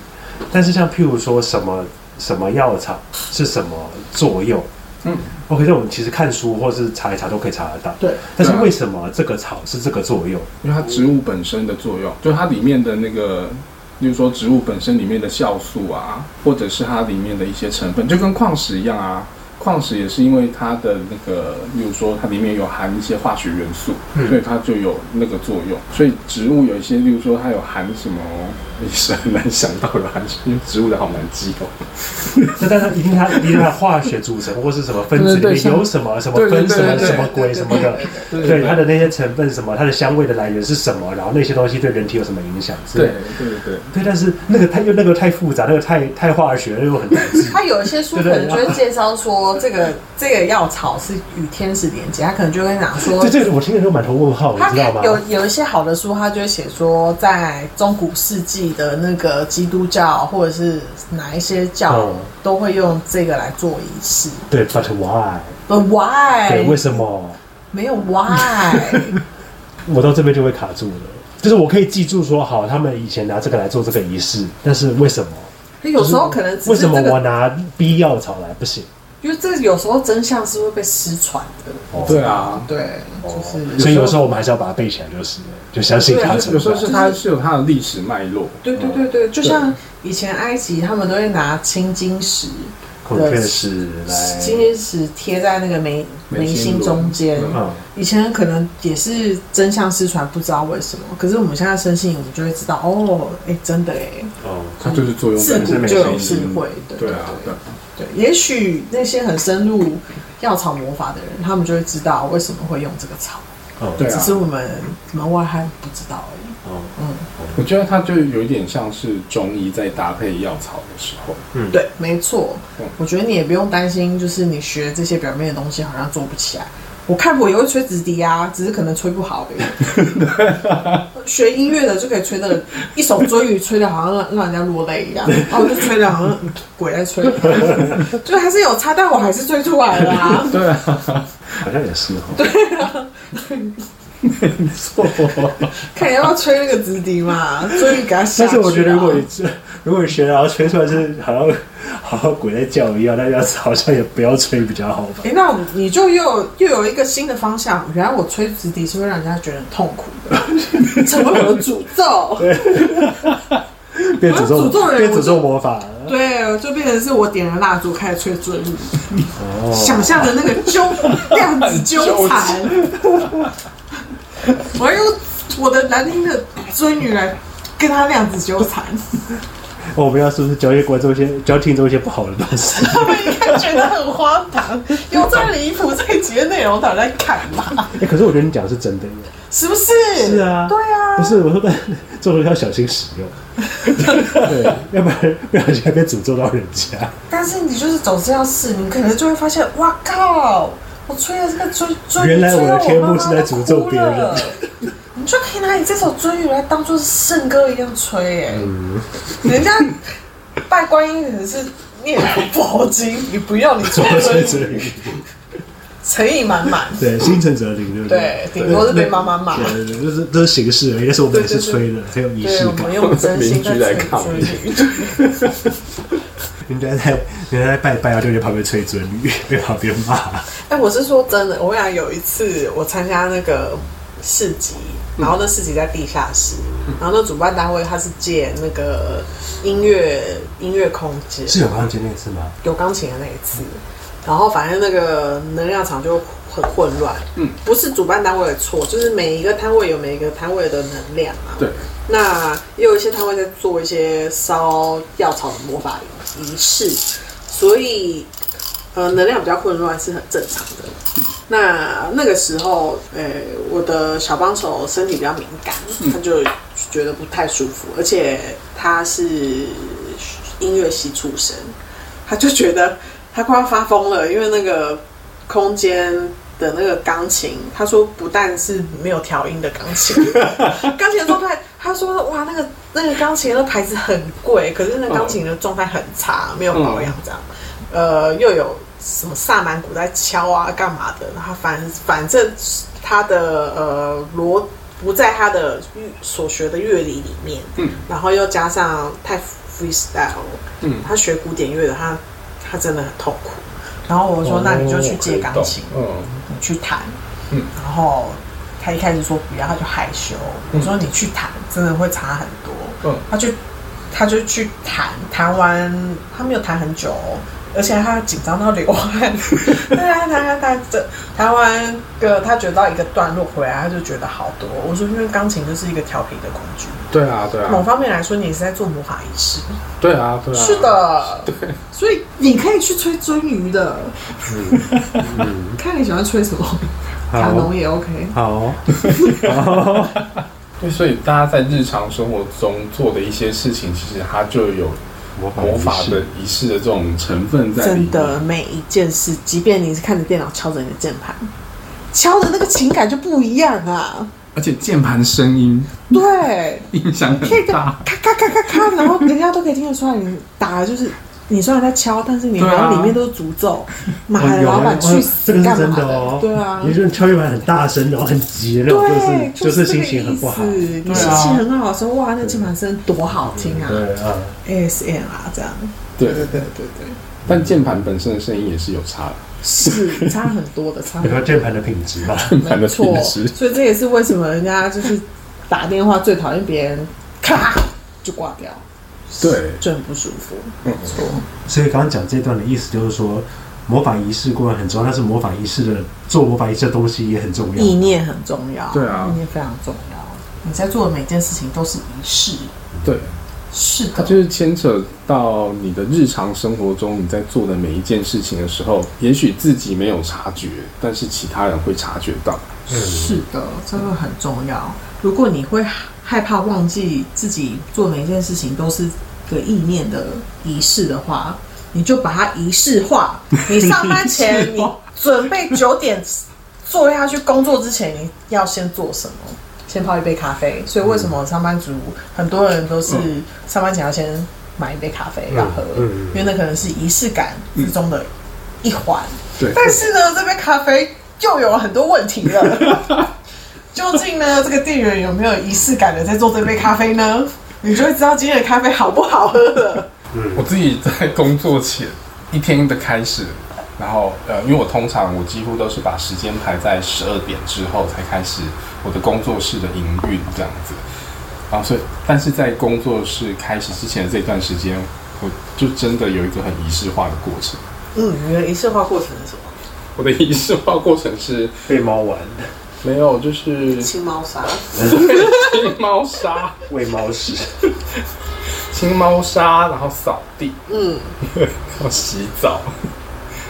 A: 但是像譬如说什么什么药草是什么作用，
C: 嗯
A: ，OK，这我们其实看书或是查一查都可以查得到。
B: 对，
A: 但是为什么这个草是这个作用？
C: 因为它植物本身的作用，就是它里面的那个，例如说植物本身里面的酵素啊，或者是它里面的一些成分，就跟矿石一样啊。矿石也是因为它的那个，例如说它里面有含一些化学元素，
A: 嗯
C: 所以它就有那个作用。所以植物有一些，例如说它有含什么，也是很难想到有含什么，因为 植物的好难记哦。
A: 那但它一定它一定它化学组成或是什么分子里
C: 对对对
A: 面
C: 像
A: 有什么什么
C: 对对
A: 分
C: 对
A: 什么
C: 对对
A: 什么鬼什么的，对它的那些成分什么，它的香味的来源是什么，然后那些东西对人体有什么影响？之类
C: 对
A: 的。
C: 对对，
A: 对，但是那个太又那个太复杂，那个太太化学了又很难记。
B: 它有一些书可能就会介绍说，这个这个药草是与天使连接，它可能就会讲说，
A: 对这个我听着都满头问号，你
B: 他
A: 知道吗？
B: 有有一些好的书，他就会写说，在中古世纪的那个基督教或者是哪一些教、
A: 嗯
B: 都会用这个来做仪式。
A: 对，but why？
B: But
C: 哎
A: 对，为
B: why？
A: 什么？
B: 没有 why？
A: 我到这边就会卡住了。就是我可以记住说，好，他们以前拿这个来做这个仪式，但是为什么？
B: 有时候可能只
A: 为
B: 是
A: 什么
B: 这
A: 我
B: 个，
A: 拿 B 药草来不行？
B: 因为这个有时候真相是会被失传的。哦
A: 哦
C: 对啊，
B: 对，就是
A: 所以有时候我们还是要把它背起来，就是了就相信它
B: 对
A: 存
C: 有时候
A: 在。
C: 是它是有它的历史脉络。
B: 对对对对，就像以前埃及他们都会拿青金石，
A: 孔雀石
B: 青
A: 来，
B: 金石贴在那个眉
C: 眉
B: 眉
C: 心
B: 心
C: 轮
B: 中间。
C: 嗯
A: 嗯，
B: 以前可能也是真相失传，不知道为什么。可是我们现在深信，我们就会知道哦，哎、真的哎，
A: 哦，
C: 它就是作用
B: 自
C: 本身
B: 古
C: 没
B: 就
C: 声
B: 有
C: 音
B: 智慧，对
C: 对
B: 对
C: 啊，
B: 对。
C: 对。
B: 也许那些很深入药草魔法的人，他们就会知道为什么会用这个草，
A: 哦，
C: 对啊
B: 只是我们门外汉不知道而已。
A: 哦，
B: 嗯，
A: 哦
C: 我觉得它就有一点像是中医在搭配药草的时候，
B: 对，没错
C: 嗯。
B: 我觉得你也不用担心，就是你学这些表面的东西好像做不起来。我看我也会吹直笛啊，只是可能吹不好而 已。学音乐的就可以吹的，一首《追雨》吹的好像让让人家落泪一 样，然后我就吹的好像鬼在吹，就还是有差，但我还是吹出来了、 啊。
C: 对啊，
A: 好像也是哦。
C: 没错。
B: 看你要不要吹那个直笛嘛，《追雨》给他下去、
A: 但
B: 啊。
A: 是我觉得，如果你如果你学了，然后吹出来是好像好像鬼在叫一样，那要是好像也不要吹比较好吧。
B: 哎、那我们你就又有又有一个新的方向。原来我吹直笛是会让人家觉得很痛苦的，成为我的诅咒。
A: 变诅
B: 我
A: 咒
B: 要诅咒人
A: 变诅咒魔法，
B: 对，就变成是我点了蜡烛开始吹追忆，
A: 哦
B: 想象的那个纠量子纠缠。我要用我的难听的追女来跟他量子纠缠，
A: 我们要是不是教一些观众一些教听众一些不好的东西？
B: 他们应该觉得很荒唐。有这么离谱这一集的内容到底在干嘛？
A: 哎、可是我觉得你讲的是真的耶。
B: 是不是？
A: 是啊
B: 对啊，
A: 不是，我说但这种东西要小心使用，对，要不然不然就会被诅咒到人家。
B: 但是你就是总是要试，你可能就会发现，哇靠！我吹了这个追追，
A: 原来我
B: 追
A: 的
B: 到
A: 天
B: 我
A: 幕
B: 妈
A: 是
B: 妈
A: 在
B: 都
A: 诅咒
B: 哭
A: 别人
B: 了你就可以拿你这首追语来当做是圣歌一样吹、哎、
A: 嗯
B: 人家拜观音只是念佛经，你不要你
A: 我
B: 吹
A: 吹
B: 追
A: 这
B: 语，
A: 里，
B: 诚意满满，
A: 对，心诚则灵，对不
B: 对
A: 对？，
B: 顶多是被妈妈骂。
A: 对，这是这是形式而已，但是我们也是吹的，很有仪
B: 对，
A: 式
B: 我
A: 感
B: 们。用真心在
C: 邻居来
B: 吹
C: 看我
B: 追
C: 们
B: 语，
A: 人家在人家在拜拜，然后就在旁边吹尊女，被旁边骂。
B: 哎、我是说真的，我想有一次我参加那个市集，
C: 嗯
B: 然后那市集在地下室，然后那主办单位他是借那个音乐音乐空间，
A: 是有刚刚见那次吗？
B: 有钢琴的那一次，然后反正那个能量场就很混乱，
C: 嗯，
B: 不是主办单位的错，就是每一个摊位有每一个摊位的能量嘛，
C: 对，
B: 那也有一些摊位在做一些烧药草的魔法仪式，所以呃能量比较混乱是很正常的。那那个时候，呃、我的小帮手身体比较敏感，他就觉得不太舒服，而且他是音乐系出身，他就觉得他快要发疯了，因为那个空间的那个钢琴，他说不但是没有调音的钢琴，钢琴的状态，他说哇，那个那个钢琴的牌子很贵，可是那钢琴的状态很差，没有保
C: 嗯
B: 养这样，呃，又有什么萨满鼓在敲啊，干嘛的，然后反反正他的呃罗。不在他的乐所学的乐理里面，
C: 嗯，
B: 然后又加上太 freestyle，
C: 嗯，
B: 他学古典乐的，他他真的很痛苦。然后我说，那你就去借钢琴，
C: 嗯，
B: 你去弹。
C: 嗯，
B: 然后他一开始说不要，他就害羞。我说你去弹，真的会差很多。
C: 嗯，
B: 他就他就去弹，弹完他没有弹很久哦、而且他紧张到流 汗。对啊，弹弹弹，这弹完个他觉得到一个段落回来，他就觉得好多。我说，因为钢琴就是一个调频的工具，
C: 对啊，对
B: 某
C: 啊，
B: 方面来说，你也是在做魔法仪式。
C: 对啊，对啊，
B: 是，的，所以你可以去吹鳟鱼的，
C: 嗯
B: 看你喜欢吹什么，卡农也 OK。
A: 好，
C: 对，所以大家在日常生活中做的一些事情，其实它就有
A: 魔
C: 魔法的仪式的这种成分在里
B: 真
C: 面。
B: 的，每一件事，即便你是看着电脑敲着你的键盘，敲的那个情感就不一样啊。
C: 而且键盘声音
B: 对，
C: 影响
B: 可以
C: 很
B: 咔
C: 大。
B: 咔咔咔咔，然后人家都可以听得出来，你打的就是你虽然在敲，但是你
C: 对啊
B: 脑里面都是诅 咒，妈
A: 哦
B: 的，
A: 有啊
B: 哎老板去死
A: 这个
B: 干
A: 是
B: 嘛
A: 真的哦，
B: 对啊，
A: 有些人敲一盘很大声，然后很急的那种，
B: 对，
A: 就是是
B: 这个
A: 心情很不好
B: 意。思你
C: 啊
B: 心情很好的时候，哇，那键盘声多好听啊
A: 对啊，
B: ！ASMR 啊这样，
C: 对，
B: 对对对，
C: 但键盘本身的声音也是有差的。
B: 是差很多的，差
A: 你
B: 很
A: 说
B: 多
A: 键盘的品质吧，
C: 键盘
B: 没
C: 的
B: 错。
C: 品质，
B: 所以这也是为什么人家就是打电话最讨厌别人咔就挂掉，
C: 对，
B: 就很不舒服。
C: 嗯没
B: 错，
A: 所以刚刚讲这段的意思就是说，魔法仪式固然很重要，但是魔法仪式的做魔法仪式的东西也很重要。
B: 意念很重要，
C: 对啊
B: 意念非常重要。你在做的每件事情都是仪式，
C: 对，
B: 是
C: 它
B: 的，
C: 啊就是牵扯到你的日常生活中你在做的每一件事情的时候，也许自己没有察觉，但是其他人会察觉到。
A: 嗯
B: 是的，这个很重要。如果你会害怕忘记自己做每一件事情都是个意念的仪式的话，你就把它仪式 化。你上班前，你准备九点坐下去工作之前，你要先做什么？先泡一杯咖啡。所以为什么上班族很多人都是上班前要先买一杯咖啡要喝，
A: 嗯嗯
B: 因为那可能是仪式感之中的一环。
C: 对，
B: 但是呢，这杯咖啡又有很多问题了。 究竟呢，这个店员有没有仪式感的在做这杯咖啡呢？你就会知道今天的咖啡好不好喝了。
C: 我自己在工作前一天的开始，然后呃，因为我通常我几乎都是把时间排在十二点之后才开始我的工作室的营运这样子。然后所以，但是在工作室开始之前的这段时间，我就真的有一个很仪式化的过程。
B: 嗯，你的仪式化过程是什么？
C: 我的仪式化过程是
A: 被猫玩，
C: 没有，就是
B: 青猫砂。
C: 清猫砂、
A: 喂猫屎，
C: 清猫砂，然后扫地，
B: 嗯，
C: 然后洗澡。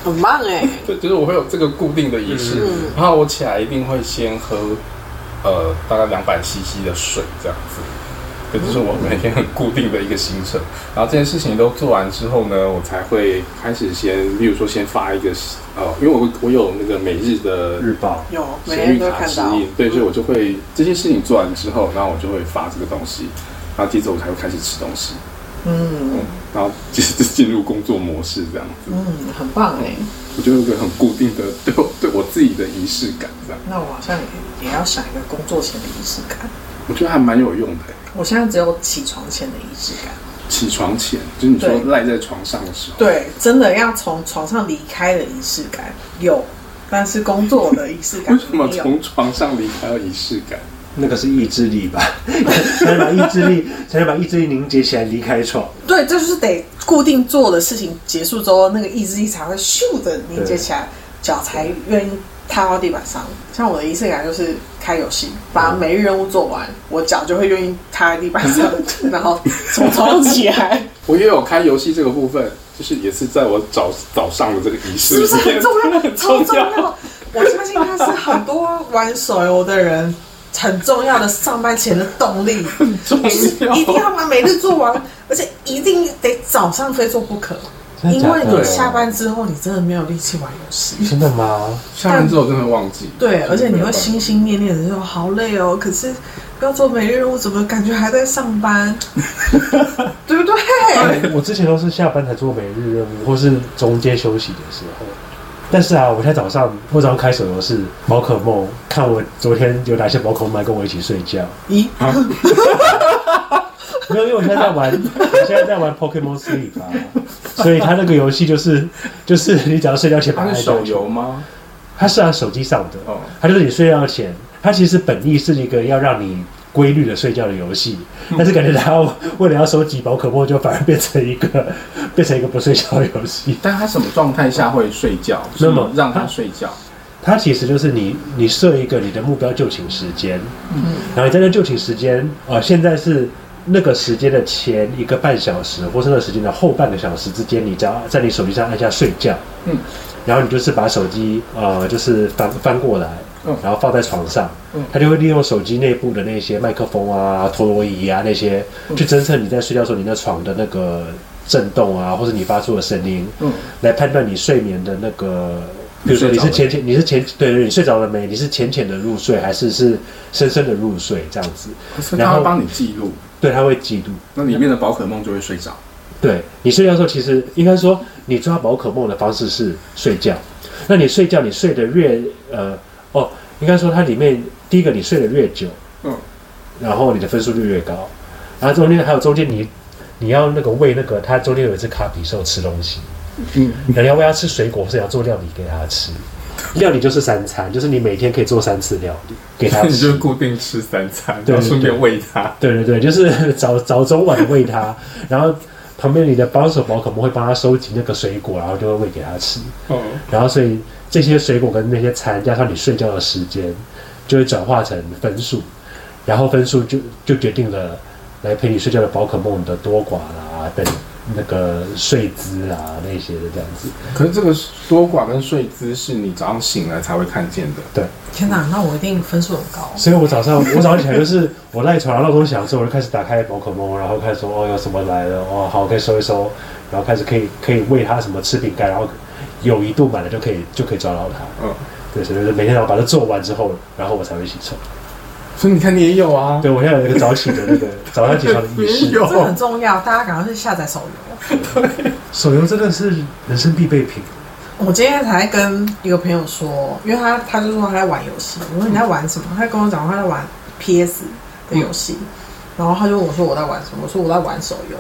B: 很棒哎、
C: 对，就是我会有这个固定的仪式，
B: 嗯
C: 然后我起来一定会先喝，呃，大概两百 CC 的水这样子，这就是我每天很固定的一个行程。然后这件事情都做完之后呢，我才会开始先，例如说先发一个，呃，因为我我有那个每日的
A: 日报，
B: 有每
C: 神
B: 天
C: 谕
B: 都
C: 卡
B: 看
C: 指
B: 到。
C: 引，对，所以我就会这些事情做完之后，然后我就会发这个东西，然后接着我才会开始吃东西，
B: 嗯
C: 嗯，然后接着进入工作模式这样子。
B: 嗯，很棒哎、
C: 我就有一个很固定的对我对我自己的仪式感，这样
B: 那我好像也也要想一个工作前的仪式感。
C: 我觉得还蛮有用的欸。
B: 我现在只有起床前的仪式感。
C: 起床前，就是你说
B: 对
C: 赖在床上的时候，
B: 对，真的要从床上离开的仪式感有，但是工作的仪式感
C: 为 什么
B: 没有。
C: 从床上离开要仪式感？
A: 那个是意志力 吧？才能把意志力，才能把意志力凝结起来离开床。
B: 对，这就是得固定做的事情结束之后，那个意志力才会咻的凝结起来，脚才愿意踏到地板上。像我的仪式感就是开游戏，把每日任务做完，我脚就会愿意踏在地板上，然后从床上起来，
C: 我也有开游戏这个部分，就是也是在我早早上的这个仪
B: 是
C: 式
B: 不
C: 里
B: 是很
C: 面，
B: 重要？超
C: 重
B: 重要！我相信它是很多玩手游的人很重要的上班前的动力。
C: 重要
B: 一定要把每日做完，而且一定得早上非做不可，
A: 真的
B: 因
A: 假的
B: 为你下班之后你真的没有力气玩游戏。
A: 真的吗？
C: 下班之后真的会忘记。
B: 对，而且你
C: 没有
B: 会
C: 办法
B: 心心念念的说好累哦，可是要做每日任务，怎么感觉还在上 班？对不对？
A: 我 之前都是下班才做每日任务，或是中间休息的时候。但是啊，我现在早上我早上开手游是宝可梦，看我昨天有哪些宝可梦来跟我一起睡觉。啊
B: 咦，
A: 没有，因为我现在在玩，我现在在玩 Pokemon Sleep 啊，所以它那个游戏就是就是你只要睡觉前把它
C: 它
A: 按
C: 是
A: 下
C: 手
A: 去
C: 游吗？
A: 它是按手机上的，
C: 哦，
A: 它就是你睡觉前，它其实本意是一个要让你规律的睡觉的游戏，但是感觉它为了要收集宝可梦，就反而变成一个变成一个不睡觉的游戏。
C: 但它什么状态下会睡觉？
A: 那么
C: 是让它睡觉，
A: 它其实就是你你设一个你的目标就寝时间，
C: 嗯
A: 然后你在那就寝时间，呃，现在是那个时间的前一个半小时，或是那个时间的后半个小时之间，你只要在你手机上按下睡觉，
C: 嗯，
A: 然后你就是把手机呃就是翻翻过来
C: 嗯，
A: 然后放在床上
C: 嗯，
A: 它就会利用手机内部的那些麦克风啊、陀螺仪啊那些，
C: 嗯
A: 去侦测你在睡觉的时候你那床的那个震动啊，或者你发出的声音，
C: 嗯，
A: 来判断你睡眠的那个，比如说你是浅浅，你是浅，对对，你睡着了没？你是浅浅的入睡，还是是深深的入睡？这样子，
C: 可是
A: 然
C: 它
A: 后
C: 会帮你记录，
A: 对，它会记录。
C: 那里面的宝可梦就会睡着。
A: 对你睡觉的时候，其实应该说，你抓宝可梦的方式是睡觉。那你睡觉，你睡得越呃哦，应该说它里面第一个你睡得越久，
C: 嗯，
A: 然后你的分数率越高，然后中间还有中间你你要那个喂那个它中间有一只卡比兽吃东西，
C: 嗯，
A: 那你要喂它吃水果，或是你要做料理给它吃。料理就是三餐，就是你每天可以做三次料理给它
C: 你
A: 吃
C: 就。固定吃三餐，
A: 对
C: 然后顺便
A: 对
C: 喂它。
A: 对对对，就是 早早中晚喂它， 然后旁边你的帮手宝可梦会帮它收集那个水果，然后就会喂给它吃。
C: 哦，
A: 然后所以这些水果跟那些餐加上你睡觉的时间，就会转化成分数，然后分数就就决定了来陪你睡觉的宝可梦的多寡啦，等那个睡姿啊那些的这样子。
C: 可是这个多寡跟睡姿是你早上醒来才会看见的。
B: 天哪，那我一定分数很高。
A: 所以我早上我早上起来就是我赖床闹钟响之后，我就开始打开宝可梦，然后开始说哦有什么来了哦好可以收一收，然后开始可以可以喂它什么吃饼干，然后有一度满了就可以就可以抓到它。
C: 嗯，
A: 对，所以就是每天要把它做完之后，然后我才会起床。
C: 所以你看你也有啊。
A: 对我现在有一个早起的那个早上起床的仪
C: 也
A: 式，
C: 有
B: 这很重要，大家赶快去下载手游。
A: 手游真的是人生必备品。
B: 我今天才跟一个朋友说，因为他他就说他在玩游戏，我说你在玩什么？他跟我讲他在玩 PS 的游戏，然后他就问我说我在玩什么？我说我在玩手游。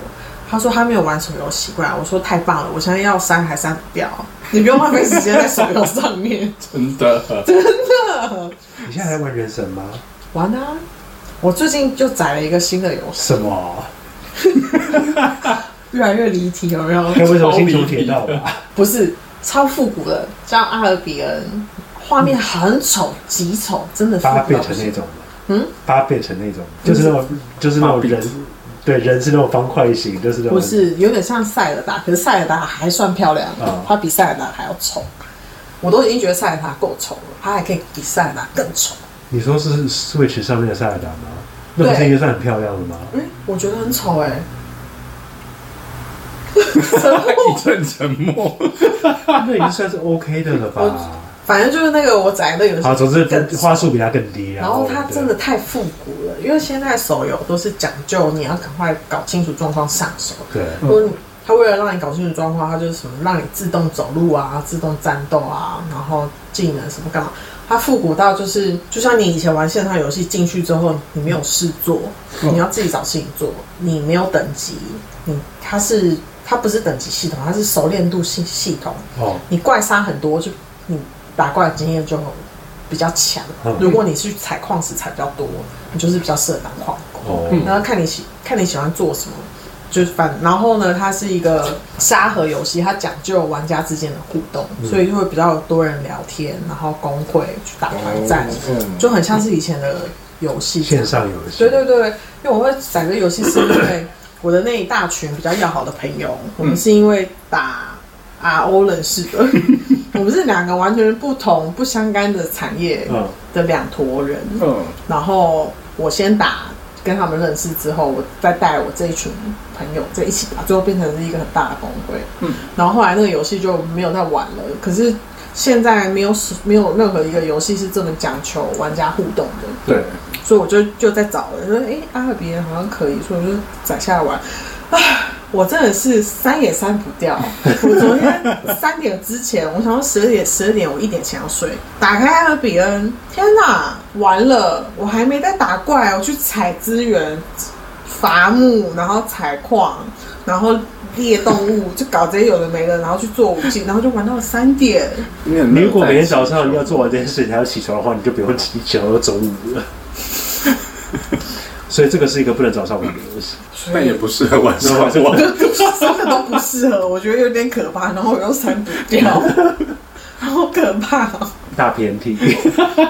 B: 他说他没有玩手游习惯，我说太棒了，我现在要删还删不掉，你不用浪费时间在手游上面。
C: 真的。
A: 你现在还玩原神吗？
B: 玩啊！我最近就载了一个新的游戏，
A: 什么？
B: 越来越离题，有没有？
A: 该 不会从星球铁道吧？
B: 不是超复古的，叫阿尔比恩，画面很丑，极丑，真的复古
A: 八
B: 到
A: 变
B: 不
A: 成
B: 行
A: 那种，
B: 嗯，
A: 八变成那种，就是那种就是那种
C: 八 bit
A: 人，对，人是那种方块形，就是那种
B: 不是有点像塞尔达，可是塞尔达还算漂亮，
A: 啊
B: 它比塞尔达还要丑。我都已经觉得塞尔达够丑了，它还可以比塞尔达更丑。
A: 你说是 Switch 上面的塞尔达吗？那不是
B: 对
A: 应该算很漂亮的吗？
B: 嗯，我觉得很丑哎、
C: 一阵沉默。
A: 那已经算是 OK 的了吧？
B: 反正就是那个我载的游戏，
A: 好，总之
B: 更丑
A: 话术比它更低，啊
B: 然后它
A: 对
B: 真的太复古了，因为现在手游都是讲究你要赶快搞清楚状况上手，
A: 对，
C: 嗯
B: 说你他为了让你搞清楚状况，他就是什么让你自动走路啊、自动战斗啊，然后技能什么干嘛。他复古到就是，就像你以前玩线上游戏进去之后，你没有事做，
C: 嗯
B: 你要自己找事情做，你没有等级，你它是它不是等级系统，它是熟练度系系统。
A: 哦，
B: 你怪杀很多，就你打怪的经验就比较强
A: 嗯。
B: 如果你是去采矿石采比较多，你就是比较适合当矿工。
A: 哦，
C: 嗯
B: 然后看你喜看你喜欢做什么，就是反然后呢，它是一个沙盒游戏，它讲究玩家之间的互动，
A: 嗯
B: 所以就会比较多人聊天，然后工会去打团
A: 哦
B: 战，
C: 嗯
B: 就很像是以前的游戏这样
A: 线上游戏，
B: 对对对，因为我会载这游戏是因 为我的那一大群比较要好的朋友，
C: 嗯
B: 我们是因为打 RO 认识 的，我们是两个完全不同、不相干的产业
A: 嗯
B: 的两坨人。
C: 嗯，
B: 然后我先打，跟他们认识之后，我再带我这一群朋友在一起打，最后变成是一个很大的公会。
C: 嗯，
B: 然后后来那个游戏就没有再玩了。可是现在没有没有任何一个游戏是这么讲求玩家互动的。
C: 对，
B: 所以我就就在找了，说诶，阿尔比人好像可以，所以我就载下来玩。啊，我真的是删也删不掉。我昨天三点之前，我想说十二点十二点我一点前要睡，打开阿尔比恩，天哪，完了，我还没在打怪，我去采资源、伐木，然后采矿，然后猎动物，就搞这些有的没的，然后去做武器，然后就玩到了三点。
C: 你很
A: 你如果每天早上要做完这件事情还要起床的话，你就不用起床要走路了。 所以这个是一个不能早上玩的游戏。
C: 但也不适合晚 上玩。
B: 真的都不适合，我觉得有点可怕，然后我又删不掉， 好可怕、哦！
A: 大偏题，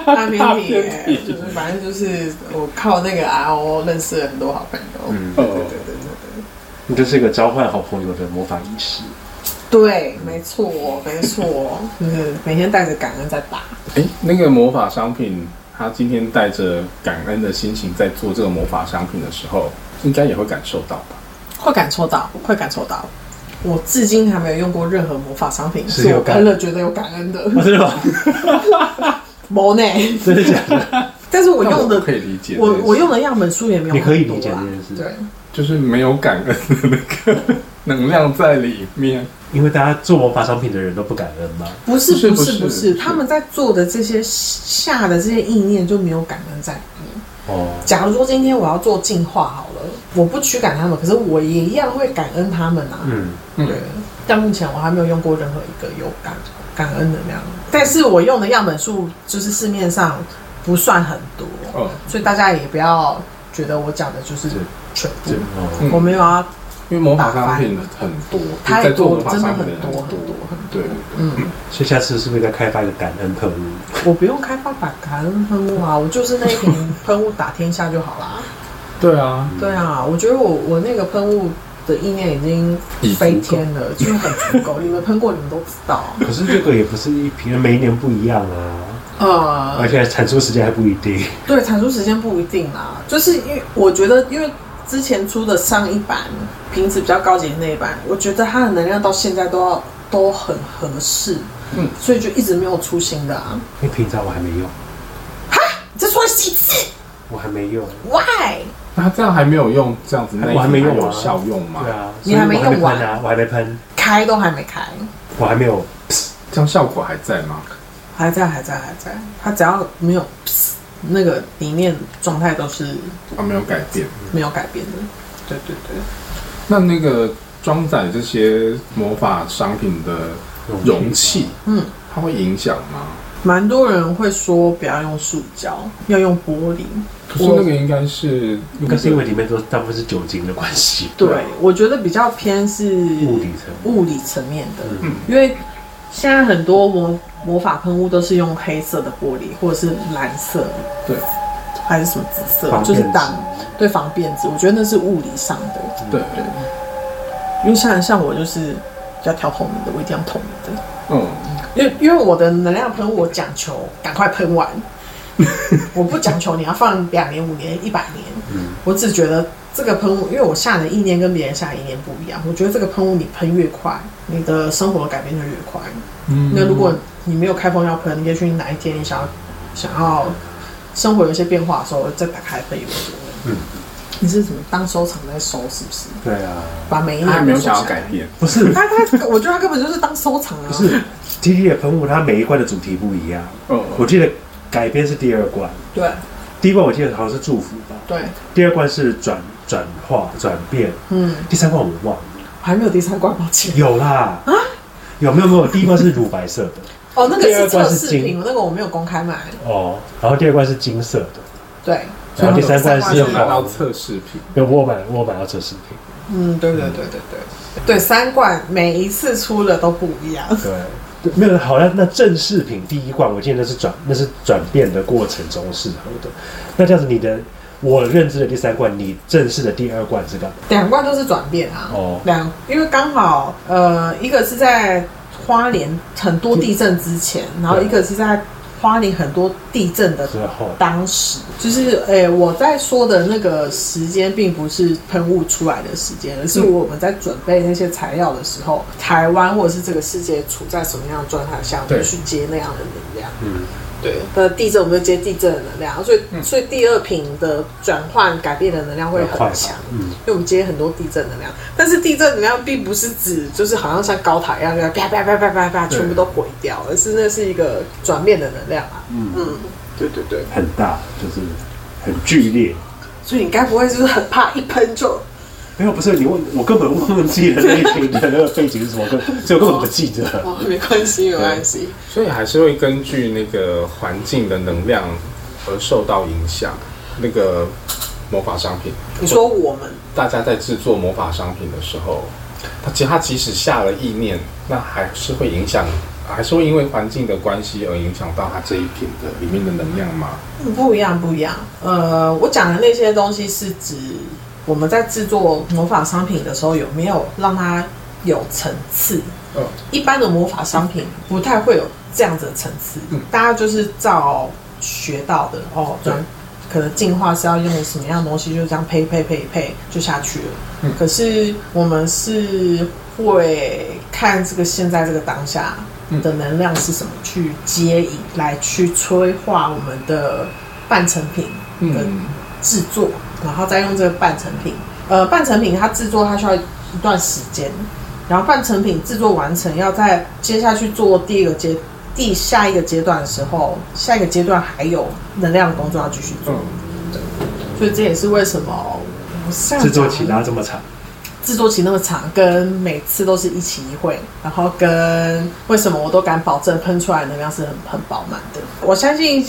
B: 那边你
C: 大偏僻
B: 就是反正就是我靠那个 RO 认识了很多好朋友，
A: 嗯，
B: 对对对
A: 你就是一个召唤好朋友的魔法仪式。
B: 对对，没错没错， 就是每天带着感恩在打，
C: 哎，那个魔法商品，他今天带着感恩的心情在做这个魔法商品的时候，应该也会感受到吧？
B: 会感受到，会感受到。我至今还没有用过任何魔法商品，
A: 是
B: 是
A: 有
B: 我
A: 感
B: 喷了觉得有感 恩的，
A: 哦，真的吗？
B: 没呢。
A: 真的假的？
B: 但是我用
C: 但
B: 的
C: 可以理解这件
B: 我
C: 事，
B: 我用的样本数也没有
A: 你可以
B: 很多
A: 理解
B: 啦
A: 这件事
B: 对，
C: 就是没有感恩的那个能量在里面。
A: 因为大家做魔法商品的人都不感恩嘛。
B: 不是
C: 不是
B: 不
C: 不
B: 是
C: 是
B: 不是，
C: 是
B: 他们在做的这些下的这些意念就没有感恩在里面。
A: 哦，
B: 假如说今天我要做进化好了，我不驱赶他们，可是我也一样会感恩他们啊。
A: 嗯，
C: 嗯
B: 对，但目前我还没有用过任何一个有感感恩能量，但是我用的样本数就是市面上不算很多，
C: 哦，
B: 所以大家也不要觉得我讲的就是
A: 是
B: 全部
A: 这。哦，
C: 嗯
B: 我没有啊要
C: 因为魔法商品很
B: 多
C: 多，，
B: 太
C: 在做
B: 多了，
C: 魔法
B: 真的
C: 商
B: 很
C: 品的人
B: 多很多很多。
C: 对，
B: 嗯。
A: 所以下次是不是该开发一个感恩特务？
B: 我不用开发版感恩喷雾啊，我就是那一瓶喷雾打天下就好啦。
C: 对啊，
B: 对啊，我觉得我我那个喷雾的意念已经
C: 已
B: 飞
C: 足够
B: 天了，就是很足够。你们喷过，你们都知 道。
A: 可是这个也不是一瓶，每一年不一样啊，
B: 呃，
A: 而且产出时间还不一定。
B: 对，产出时间不一定啦，就是因为我觉得，因为之前出的上一版瓶子比较高级的那一版，我觉得它的能量到现在都要都很合适，
C: 嗯，
B: 所以就一直没有出新的啊。
A: 因为平常我还没用，
B: 你再说几次
A: 我还没用。
B: ？Why？
C: 那这样还没有用，这样子那一
A: 我还没
C: 瓶
A: 用啊
C: 有效用吗？
A: 对，啊，
B: 你还没用完
A: 所以我还没喷啊，我还没喷，
B: 开都还没开，
A: 我还没有。
C: 这样效果还在吗？
B: 还在，还在，还在。它只要没有那个里面状态都是
C: 啊，没有改变。
B: 没有改变的。对对对，
C: 那那个装载这些魔法商品的容器，
B: 嗯，
C: 它会影响吗？
B: 蛮多人会说不要用塑胶，要用玻璃。
C: 可是那个应该是，
A: 应该是因为里面都大部分是酒精的关系，
B: 对，我觉得比较偏是
A: 物理层。
B: 物理层面的，
C: 嗯
B: 因为现在很多魔魔法喷雾都是用黑色的玻璃，或者是蓝色，
C: 对，
B: 还是什么紫色，
A: 防
B: 就是
A: 变
B: 挡对防变质。我觉得那是物理上的，
C: 对对，
B: 因为像像我就是比较挑透明的，我一定要透明的，
C: 嗯，
B: 因为因为我的能量喷雾我讲求赶快 喷完，我不讲求你要放两年、五年、一百年，
A: 嗯
B: 我只觉得这个喷雾，因为我下的意念跟别人下的意念不一样，我觉得这个喷雾你喷越快，你的生活改变就越快。
C: 嗯
B: 那如果你没有开封要喷，也许你哪一天你想要想要生活有一些变化的时候，再打开喷也无所谓。
A: 嗯
B: 你是怎么当收藏在收，是不是？
A: 对啊，
B: 把每一
C: 他还
B: 年
C: 没
B: 都
C: 有
B: 收起来
C: 想要改。变，
A: 不是
B: 他他，我觉得他根本就是当收藏啊。
A: 不是 T T 的喷雾，它每一罐的主题不一样。
C: 嗯，
A: 我记得改编是第二罐，
B: 对
A: 第一罐我记得好像是祝福吧，
B: 对，
A: 第二罐是转转化转变，
B: 嗯，
A: 第三罐我忘了，
B: 还没有第三罐，抱歉。
A: 有啦啊，有没有没有？第一罐是乳白色的
B: 哦，那个
A: 第二
B: 是测
A: 罐是
B: 试
A: 金
B: 品，那个我没有公开买。
A: 哦，然后第二罐是金色的，
B: 对，
A: 然后第三罐
C: 你
A: 是
C: 有拿到测试品，
A: 有我有买我有买到奢侈品，
B: 嗯，对对对对对，对三罐每一次出的都不一样。
A: 对。对没有，好像那正式品第一罐，我记得那是转那是转变的过程中适合的。那这样子，你的我认知的第三罐，你正式的第二罐是干嘛？
B: 两罐都是转变啊。
A: 哦
B: 两，因为刚好呃，一个是在花莲很多地震之前，然后一个是在花莲很多地震的
A: 之后，
B: 当时，就是诶、我在说的那个时间，并不是喷雾出来的时间，而是我们在准备那些材料的时候，台湾或者是这个世界处在什么样的状态下，我
C: 对
B: 们去接那样的能量。
A: 嗯，
B: 对，那地震我们就接地震的能量，所以、所以第二瓶的转换改变的能量会
A: 要快
B: 很
A: 吧
B: 强。
A: 嗯，
B: 因为我们接很多地震能量，但是地震能量并不是指就是好像像高塔一样，就是啪啪啪啪啪啪
C: 对
B: 全部都毁掉，而是那是一个转变的能量啊。
A: 嗯
B: 对对对，
A: 很大，就是很剧烈。
B: 所以你该不会就是很怕一喷就
A: 没有，不是你问我根本忘记了那一群的那个背景是什么，根所以我根本不记得。
B: 哦，没关系，没关系。
C: 所以还是会根据那个环境的能量而受到影响。那个魔法商品，
B: 你说我们
C: 大家在制作魔法商品的时候，它其实它即使下了意念，那还是会影响，还是会因为环境的关系而影响到它这一品的里面的能量吗？
B: 嗯不一样，不一样。呃，我讲的那些东西是指我们在制作魔法商品的时候有没有让它有层次，
C: 嗯，
B: 一般的魔法商品不太会有这样子的层次，
C: 嗯
B: 大家就是照学到的哦，
C: 对
B: 转可能进化是要用什么样的东西，就这样配配配配就下去了。
C: 嗯
B: 可是我们是会看这个现在这个当下的能量是什么，去接引来去催化我们的半成品的
C: 嗯，
B: 制作，然后再用这个半成品。呃，半成品它制作它需要一段时间，然后半成品制作完成，要在接下去做第二个阶第下一个阶段的时候，下一个阶段还有能量的工作要继续做，
C: 嗯，
B: 所以这也是为什么我上
A: 制作期拉这么长，
B: 制作期那么长，跟每次都是一期一会，然后跟为什么我都敢保证喷出来的能量是很很饱满的。我相信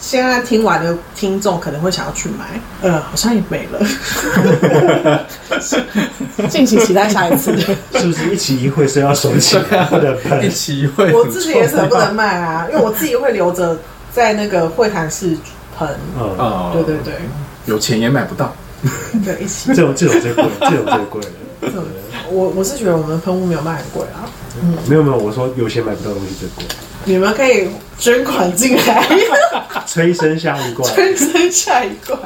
B: 现在听完的听众可能会想要去买，呃，好像也没了， 敬请期待下一次。
A: 是不是一期一会是要收起来不能
C: 一
A: 喷？
C: 起会
B: 嗯我自己也舍
C: 很
B: 不
C: 重要
B: 得卖啊，因为我自己会留着在那个会谈室喷。
A: 嗯，
C: 哦，
B: 对对对，
C: 有钱也买不到，
B: 哦对，一起
A: 这。种这种最贵，这种最贵了。
B: 我我是觉得我们的喷雾没有卖很贵啊，
A: 没有没有，我说有钱买不到东西最贵，
B: 你们可以捐款进来，
A: 催生下一罐
B: 捐身下一块。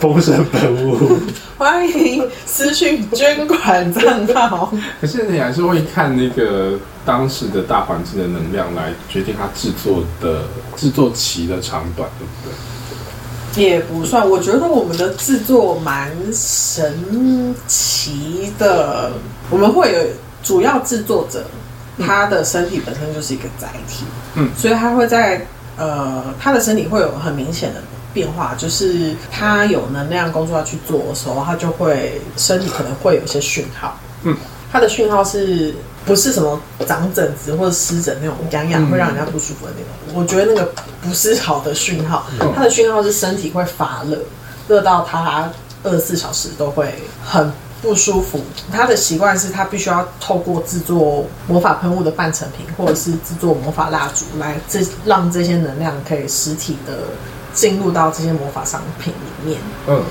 A: 风神本物，
B: 欢迎私讯捐款账号。
C: 可是你还是会看那个当时的大环境的能量来决定它制作的制作期的长短，对不对？
B: 也不算，我觉得我们的制作蛮神奇的。我们会有主要制作者，他的身体本身就是一个载体，
C: 嗯
B: 所以他会在呃他的身体会有很明显的变化，就是他有能量工作要去做的时候，他就会身体可能会有一些讯号，
C: 嗯，
B: 他的讯号是。不是什么长疹子或者湿疹那种痒痒
C: 嗯
B: 会让人家不舒服的那种，我觉得那个不是好的讯号，
C: 嗯
B: 它的讯号是身体会发热，热到它二十四小时都会很不舒服。他的习惯是他必须要透过制作魔法喷雾的半成品，或者是制作魔法蜡烛来这让这些能量可以实体的进入到这些魔法商品里面。
C: 嗯，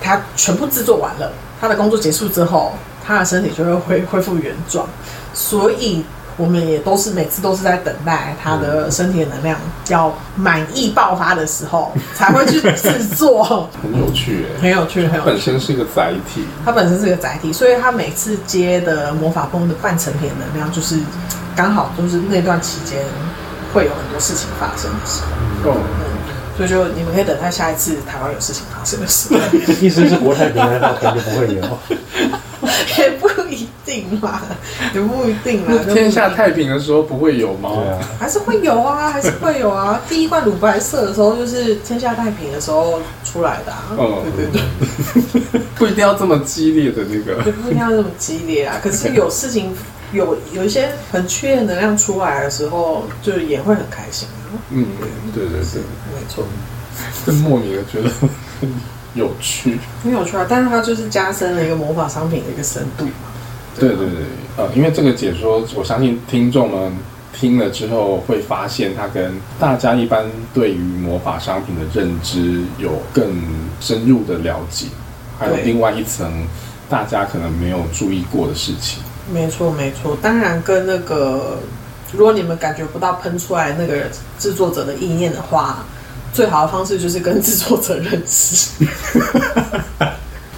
B: 他全部制作完了，他的工作结束之后，他的身体就会恢恢复原状，所以我们也都是每次都是在等待他的身体的能量要满意爆发的时候， 才会去制作，
C: 很有趣诶、
B: 很有趣，很
C: 它
B: 有
C: 本
B: 趣。
C: 身是一个载体，
B: 它本身是个载体，所以它每次接的魔法风的半成品的能量，就是刚好就是那段期间会有很多事情发生的时候，
C: 嗯，
B: 所以就你们可以等待下一次台湾有事情发生的时候。
A: 意思是国泰平安那可能就不会有。
B: 也 不一定啦，也 不一定啦。就
C: 天下太平的时候不会有吗？
A: 对啊，
B: 还是会有啊，还是会有 啊。第一罐乳白色的时候，就是天下太平的时候出来的、啊。
C: 嗯
B: 对对对，
C: 不一定要这么激烈的那个
B: 也不一定要这么激烈 啊。可是有事情，有有一些很缺的能量出来的时候，就也会很开心、啊。
C: 嗯，对对对，
B: 没错，
C: 就莫名的觉得很有趣。
B: 很有趣啊。但是它就是加深了一个魔法商品的一个深度嘛。
C: 对对对，呃，因为这个解说，我相信听众们听了之后会发现，它跟大家一般对于魔法商品的认知有更深入的了解，还有
B: 对
C: 另外一层大家可能没有注意过的事情。
B: 没错，没错。当然，跟那个，如果你们感觉不到喷出来那个制作者的意念的话，最好的方式就是跟制作者认识。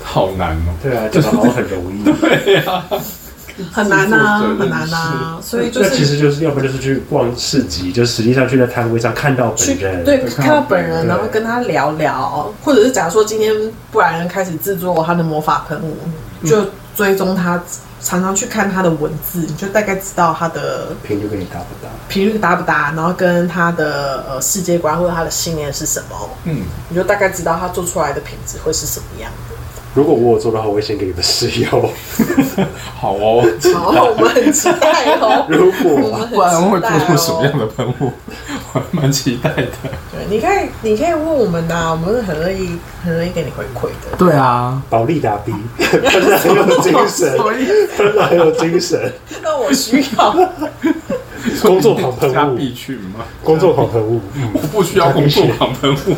C: 好难哦，
A: 对啊，这个好像很容易。
B: 很难呐、
C: 制作
B: 很
C: 者认识
B: 难呐、啊所以就
A: 那其
B: 是
A: 实就是要不然就是去逛市集，就实际上去在摊位上看到
B: 去
A: 本人，
B: 对
C: 对
B: 看到本人，
A: 对
B: 然后跟他聊聊，或者是假如说今天布莱恩开始制作他的魔法喷雾，就追踪他，常常去看他的文字，你就大概知道他的
A: 频率跟你搭不搭？
B: 频率搭不搭，然后跟他的呃世界观或者他的信念是什么。
C: 嗯，
B: 你就大概知道它做出来的品质会是什么 样的。
A: 如果我有做的话，我会先给你们试用。
C: 好哦，
B: 好，我们很期待 哦。
A: 如
B: 我
A: 果
B: 们很期
C: 不然会
B: 待
C: 做出什么样
B: 哦。
C: 的喷雾？我蛮期待的。
B: 对，你可以，你可以问我们的、啊，我们很乐意，很乐意给你回馈的。
C: 对啊，
A: 保利达 B，真的很有精 神，真的很有精神。
B: 那我需要，
A: 工作狂喷雾
C: 加必去吗？
A: 工作狂喷雾，嗯，
C: 不需要工作狂喷雾，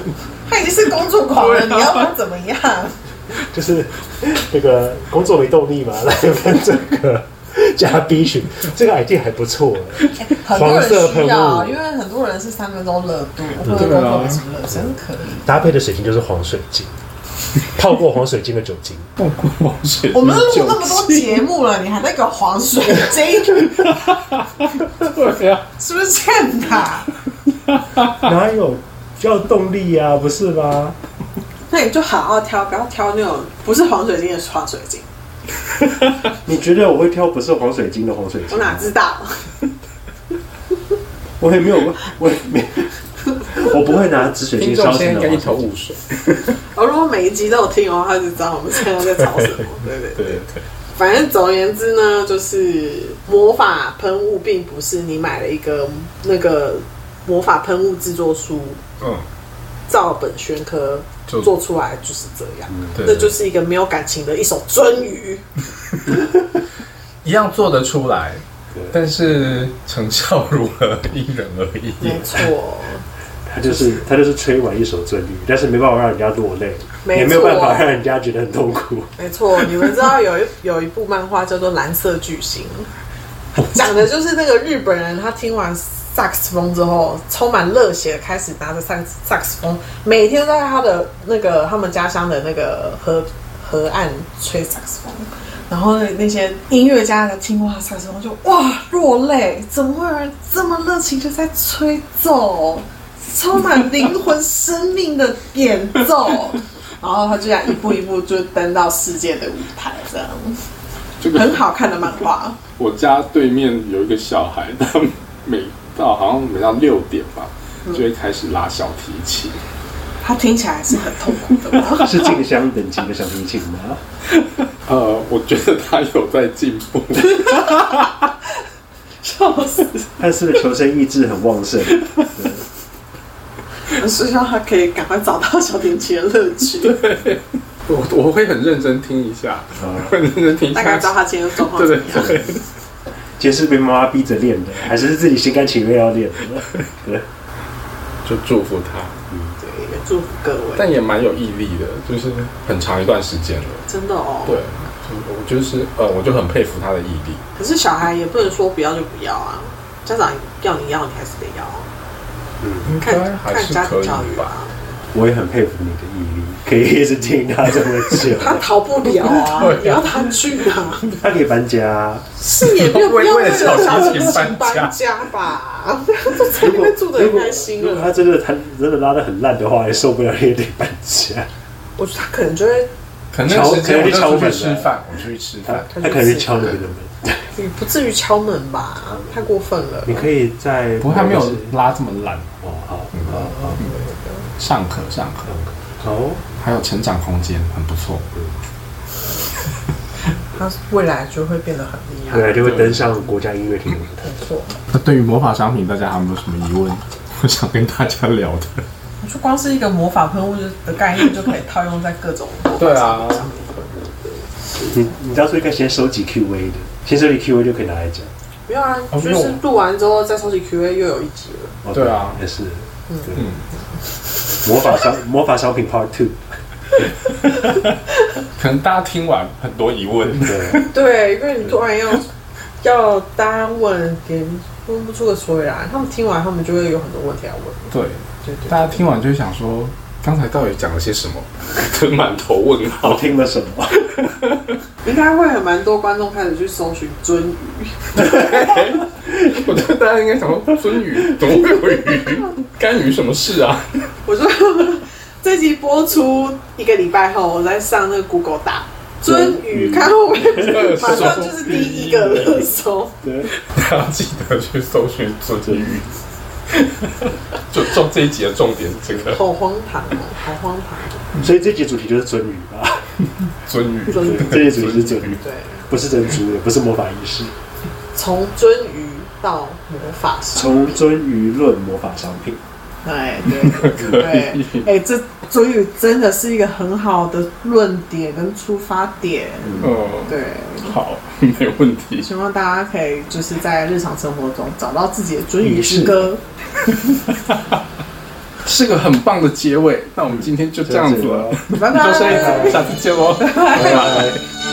B: 他已经是工作狂了，
C: 对啊
B: 你要他怎么样？
A: 就是那个工作没动力嘛， 来跟这个加 B 群，这个 idea 还不错。
B: 很多人需
A: 黄色
B: 要，
A: 喷雾
B: 因为很多人是三分钟热度，或者
C: 对啊
B: 工作没什么热真可以。
A: 搭配的水晶就是黄水晶，泡过黄水晶的酒精。
C: 不过王水
B: 我们录那么多节目了，你还在搞黄 水晶，
C: 多，对啊，
B: 是不是欠打？
A: 哪有要动力呀、啊？不是吗？
B: 那你就好好挑，不要挑那种不是黄水晶的黄水晶。
A: 你觉得我会挑不是黄水晶的黄水晶？
B: 我哪知道？
A: 我也没有，我也没， 我不会拿紫水
C: 听
A: 晶
C: 众
A: 烧
C: 现
A: 成
C: 在
A: 的
C: 应该一
A: 黄
C: 头
A: 水晶。
C: 雾水。
B: 我如果每一集都有听的话，他就知道我们现在在吵什么。对对
C: 对
B: 对，
C: 对对，
B: 反正总而言之呢，就是魔法喷雾并不是你买了一个那个魔法喷雾制作书，
C: 嗯，
B: 照本宣科
C: 就
B: 做出来就是这样，
C: 对
B: 那就是一个没有感情的一首鳟鱼。
C: 一样做得出来
A: 对，
C: 但是成效如何因人而异。
B: 没错，
A: 他就是他就是吹完一手最利，但是没办法让人家落泪，
B: 没
A: 也没有办法
B: 错
A: 让人家觉得很痛 苦。，
B: 没错，你们知道有一有一部漫画叫做《蓝色巨星》，讲的就是那个日本人，他听完萨克斯风之后，充满热血，开始拿着萨克斯萨克斯风，每天都在他的那个他们家乡的那个河河岸吹萨克斯风。然后那些音乐家的听哇萨克斯风就哇落泪，怎么会有人这么热情的在吹奏，充满灵魂生命的演奏？然后他就这样一步一步就登到世界的舞台，这样
E: 这个
B: 很好看的漫画。
E: 我家对面有一个小孩，他每到好像每到六点吧，
B: 嗯
E: 就会开始拉小提琴。
B: 他听起来是很痛苦的嘛
A: 是静香等级的小提琴 吗？
E: 呃，我觉得他有在进步，
B: 笑死！
A: 他是不是求生意志很旺盛？
B: 我是希望他可以赶快找到小提琴的乐 趣，
E: 我我会很认真听一下，很认真听一
B: 大概
E: 下
B: 知。道他今天的状况
E: 对
B: 怎
E: 对
B: 么样。
E: 对，
A: 其实是被妈妈逼着练的，还是自己心甘情愿要练的？对，
E: 就祝福他，
B: 也祝福各位，
E: 但也蛮有毅力的，就是很长一段时间了。
B: 真的哦。
E: 对，就我就是呃，我就很佩服他的毅力。
B: 可是小孩也不能说不要就不要啊，家长要你要，你还是得要啊。
E: 应
B: 看
E: 该还
B: 看
E: 是
B: 家
E: 可
B: 庭
E: 以
B: 教育啊
E: 吧？
B: 吧，
A: 我也很佩服你的毅力，可以一直听他这么久。
B: 他逃不了啊
E: 对啊，
B: 你要他去啊，
A: 他可以搬家，
B: 是也没有必要
E: 为了小提
B: 小
E: 琴
B: 提琴
E: 搬家
B: 搬家吧？他都在里面住的很开心啊
A: 如果
B: 了
A: 他。真的他真的拉的很烂的话，也受不了，也得搬家。
B: 我觉得他可能就会
E: 可能那个时间我就
A: 敲
E: 出
A: 门
E: 去
A: 了
E: 吃饭，我出去吃
A: 他
E: 饭。
A: 他可能去敲你的门，
B: 你不至于敲门吧？太过分了
A: 你。可以在
E: 不过他没有拉这么烂，
A: 哦，好，好，
E: 尚可尚可，
A: 好，好，
E: 还有成长空间，很不错。
B: 他未来就会变得很厉害
A: 未。来就会登上国家音乐厅的舞台。
B: 没错，
E: 那对于魔法商品，大家还有没有什么疑问？我想跟大家聊的。
B: 我就光是一个魔法喷雾的概念就可以套用在各种魔
E: 对
B: 法
E: 啊
B: 上面。
A: 你你当初应该先收集 QV 的，先收集 QV 就可以拿来讲。
B: 没有啊，
E: 哦
B: 就
E: 没有
B: 是录完之后再收集 Q&A 又有一集了。
A: 哦
E: 对啊嗯
A: 也是，对，魔法商 魔法商品 Part Two，
E: 可能大家听完很多疑问，
A: 对，
B: 对，因为你突然要要大家问，也问不出个所以然。他们听完，他们就会有很多问题要问。
E: 对，
B: 对对
E: 大家听完就会想说，刚才到底讲了些什么？就 满头问号。
A: 我听了什么？
B: 应该会有蛮多观众开始去搜寻鳟鱼，
E: 我觉得大家应该想说，鳟鱼怎么会有鱼？干鱼什么事啊？
B: 我说 这集播出一个礼拜后，我再上那个 Google 打鳟鱼，嗯看会不 会马上就是第一个热搜。
A: 对，
E: 大家记得去搜寻鳟鱼。 就重这一集的重点是这个
B: 好荒唐哦，好荒唐！哦
A: 所以这集主题就是鳟鱼吧？
E: 鳟鱼，
B: 鳟鱼
A: 这集主题是鳟鱼，
B: 对，
A: 不是珍珠，也不是魔法仪式，
B: 从鳟鱼到魔法师，
A: 从鳟鱼论魔法商品。
B: 哎，对对对，哎，这鳟鱼真的是一个很好的论点跟出发点。
E: 嗯，
B: 对，
E: 好， 没问题。
B: 希望大家可以就是在日常生活中找到自己的鳟鱼之歌。
E: 是个很棒的 结尾。那我们今天就这样子了，哎
A: 就
B: 拜
E: 就这
B: 拜。
E: 哦样，下次见喽，拜拜。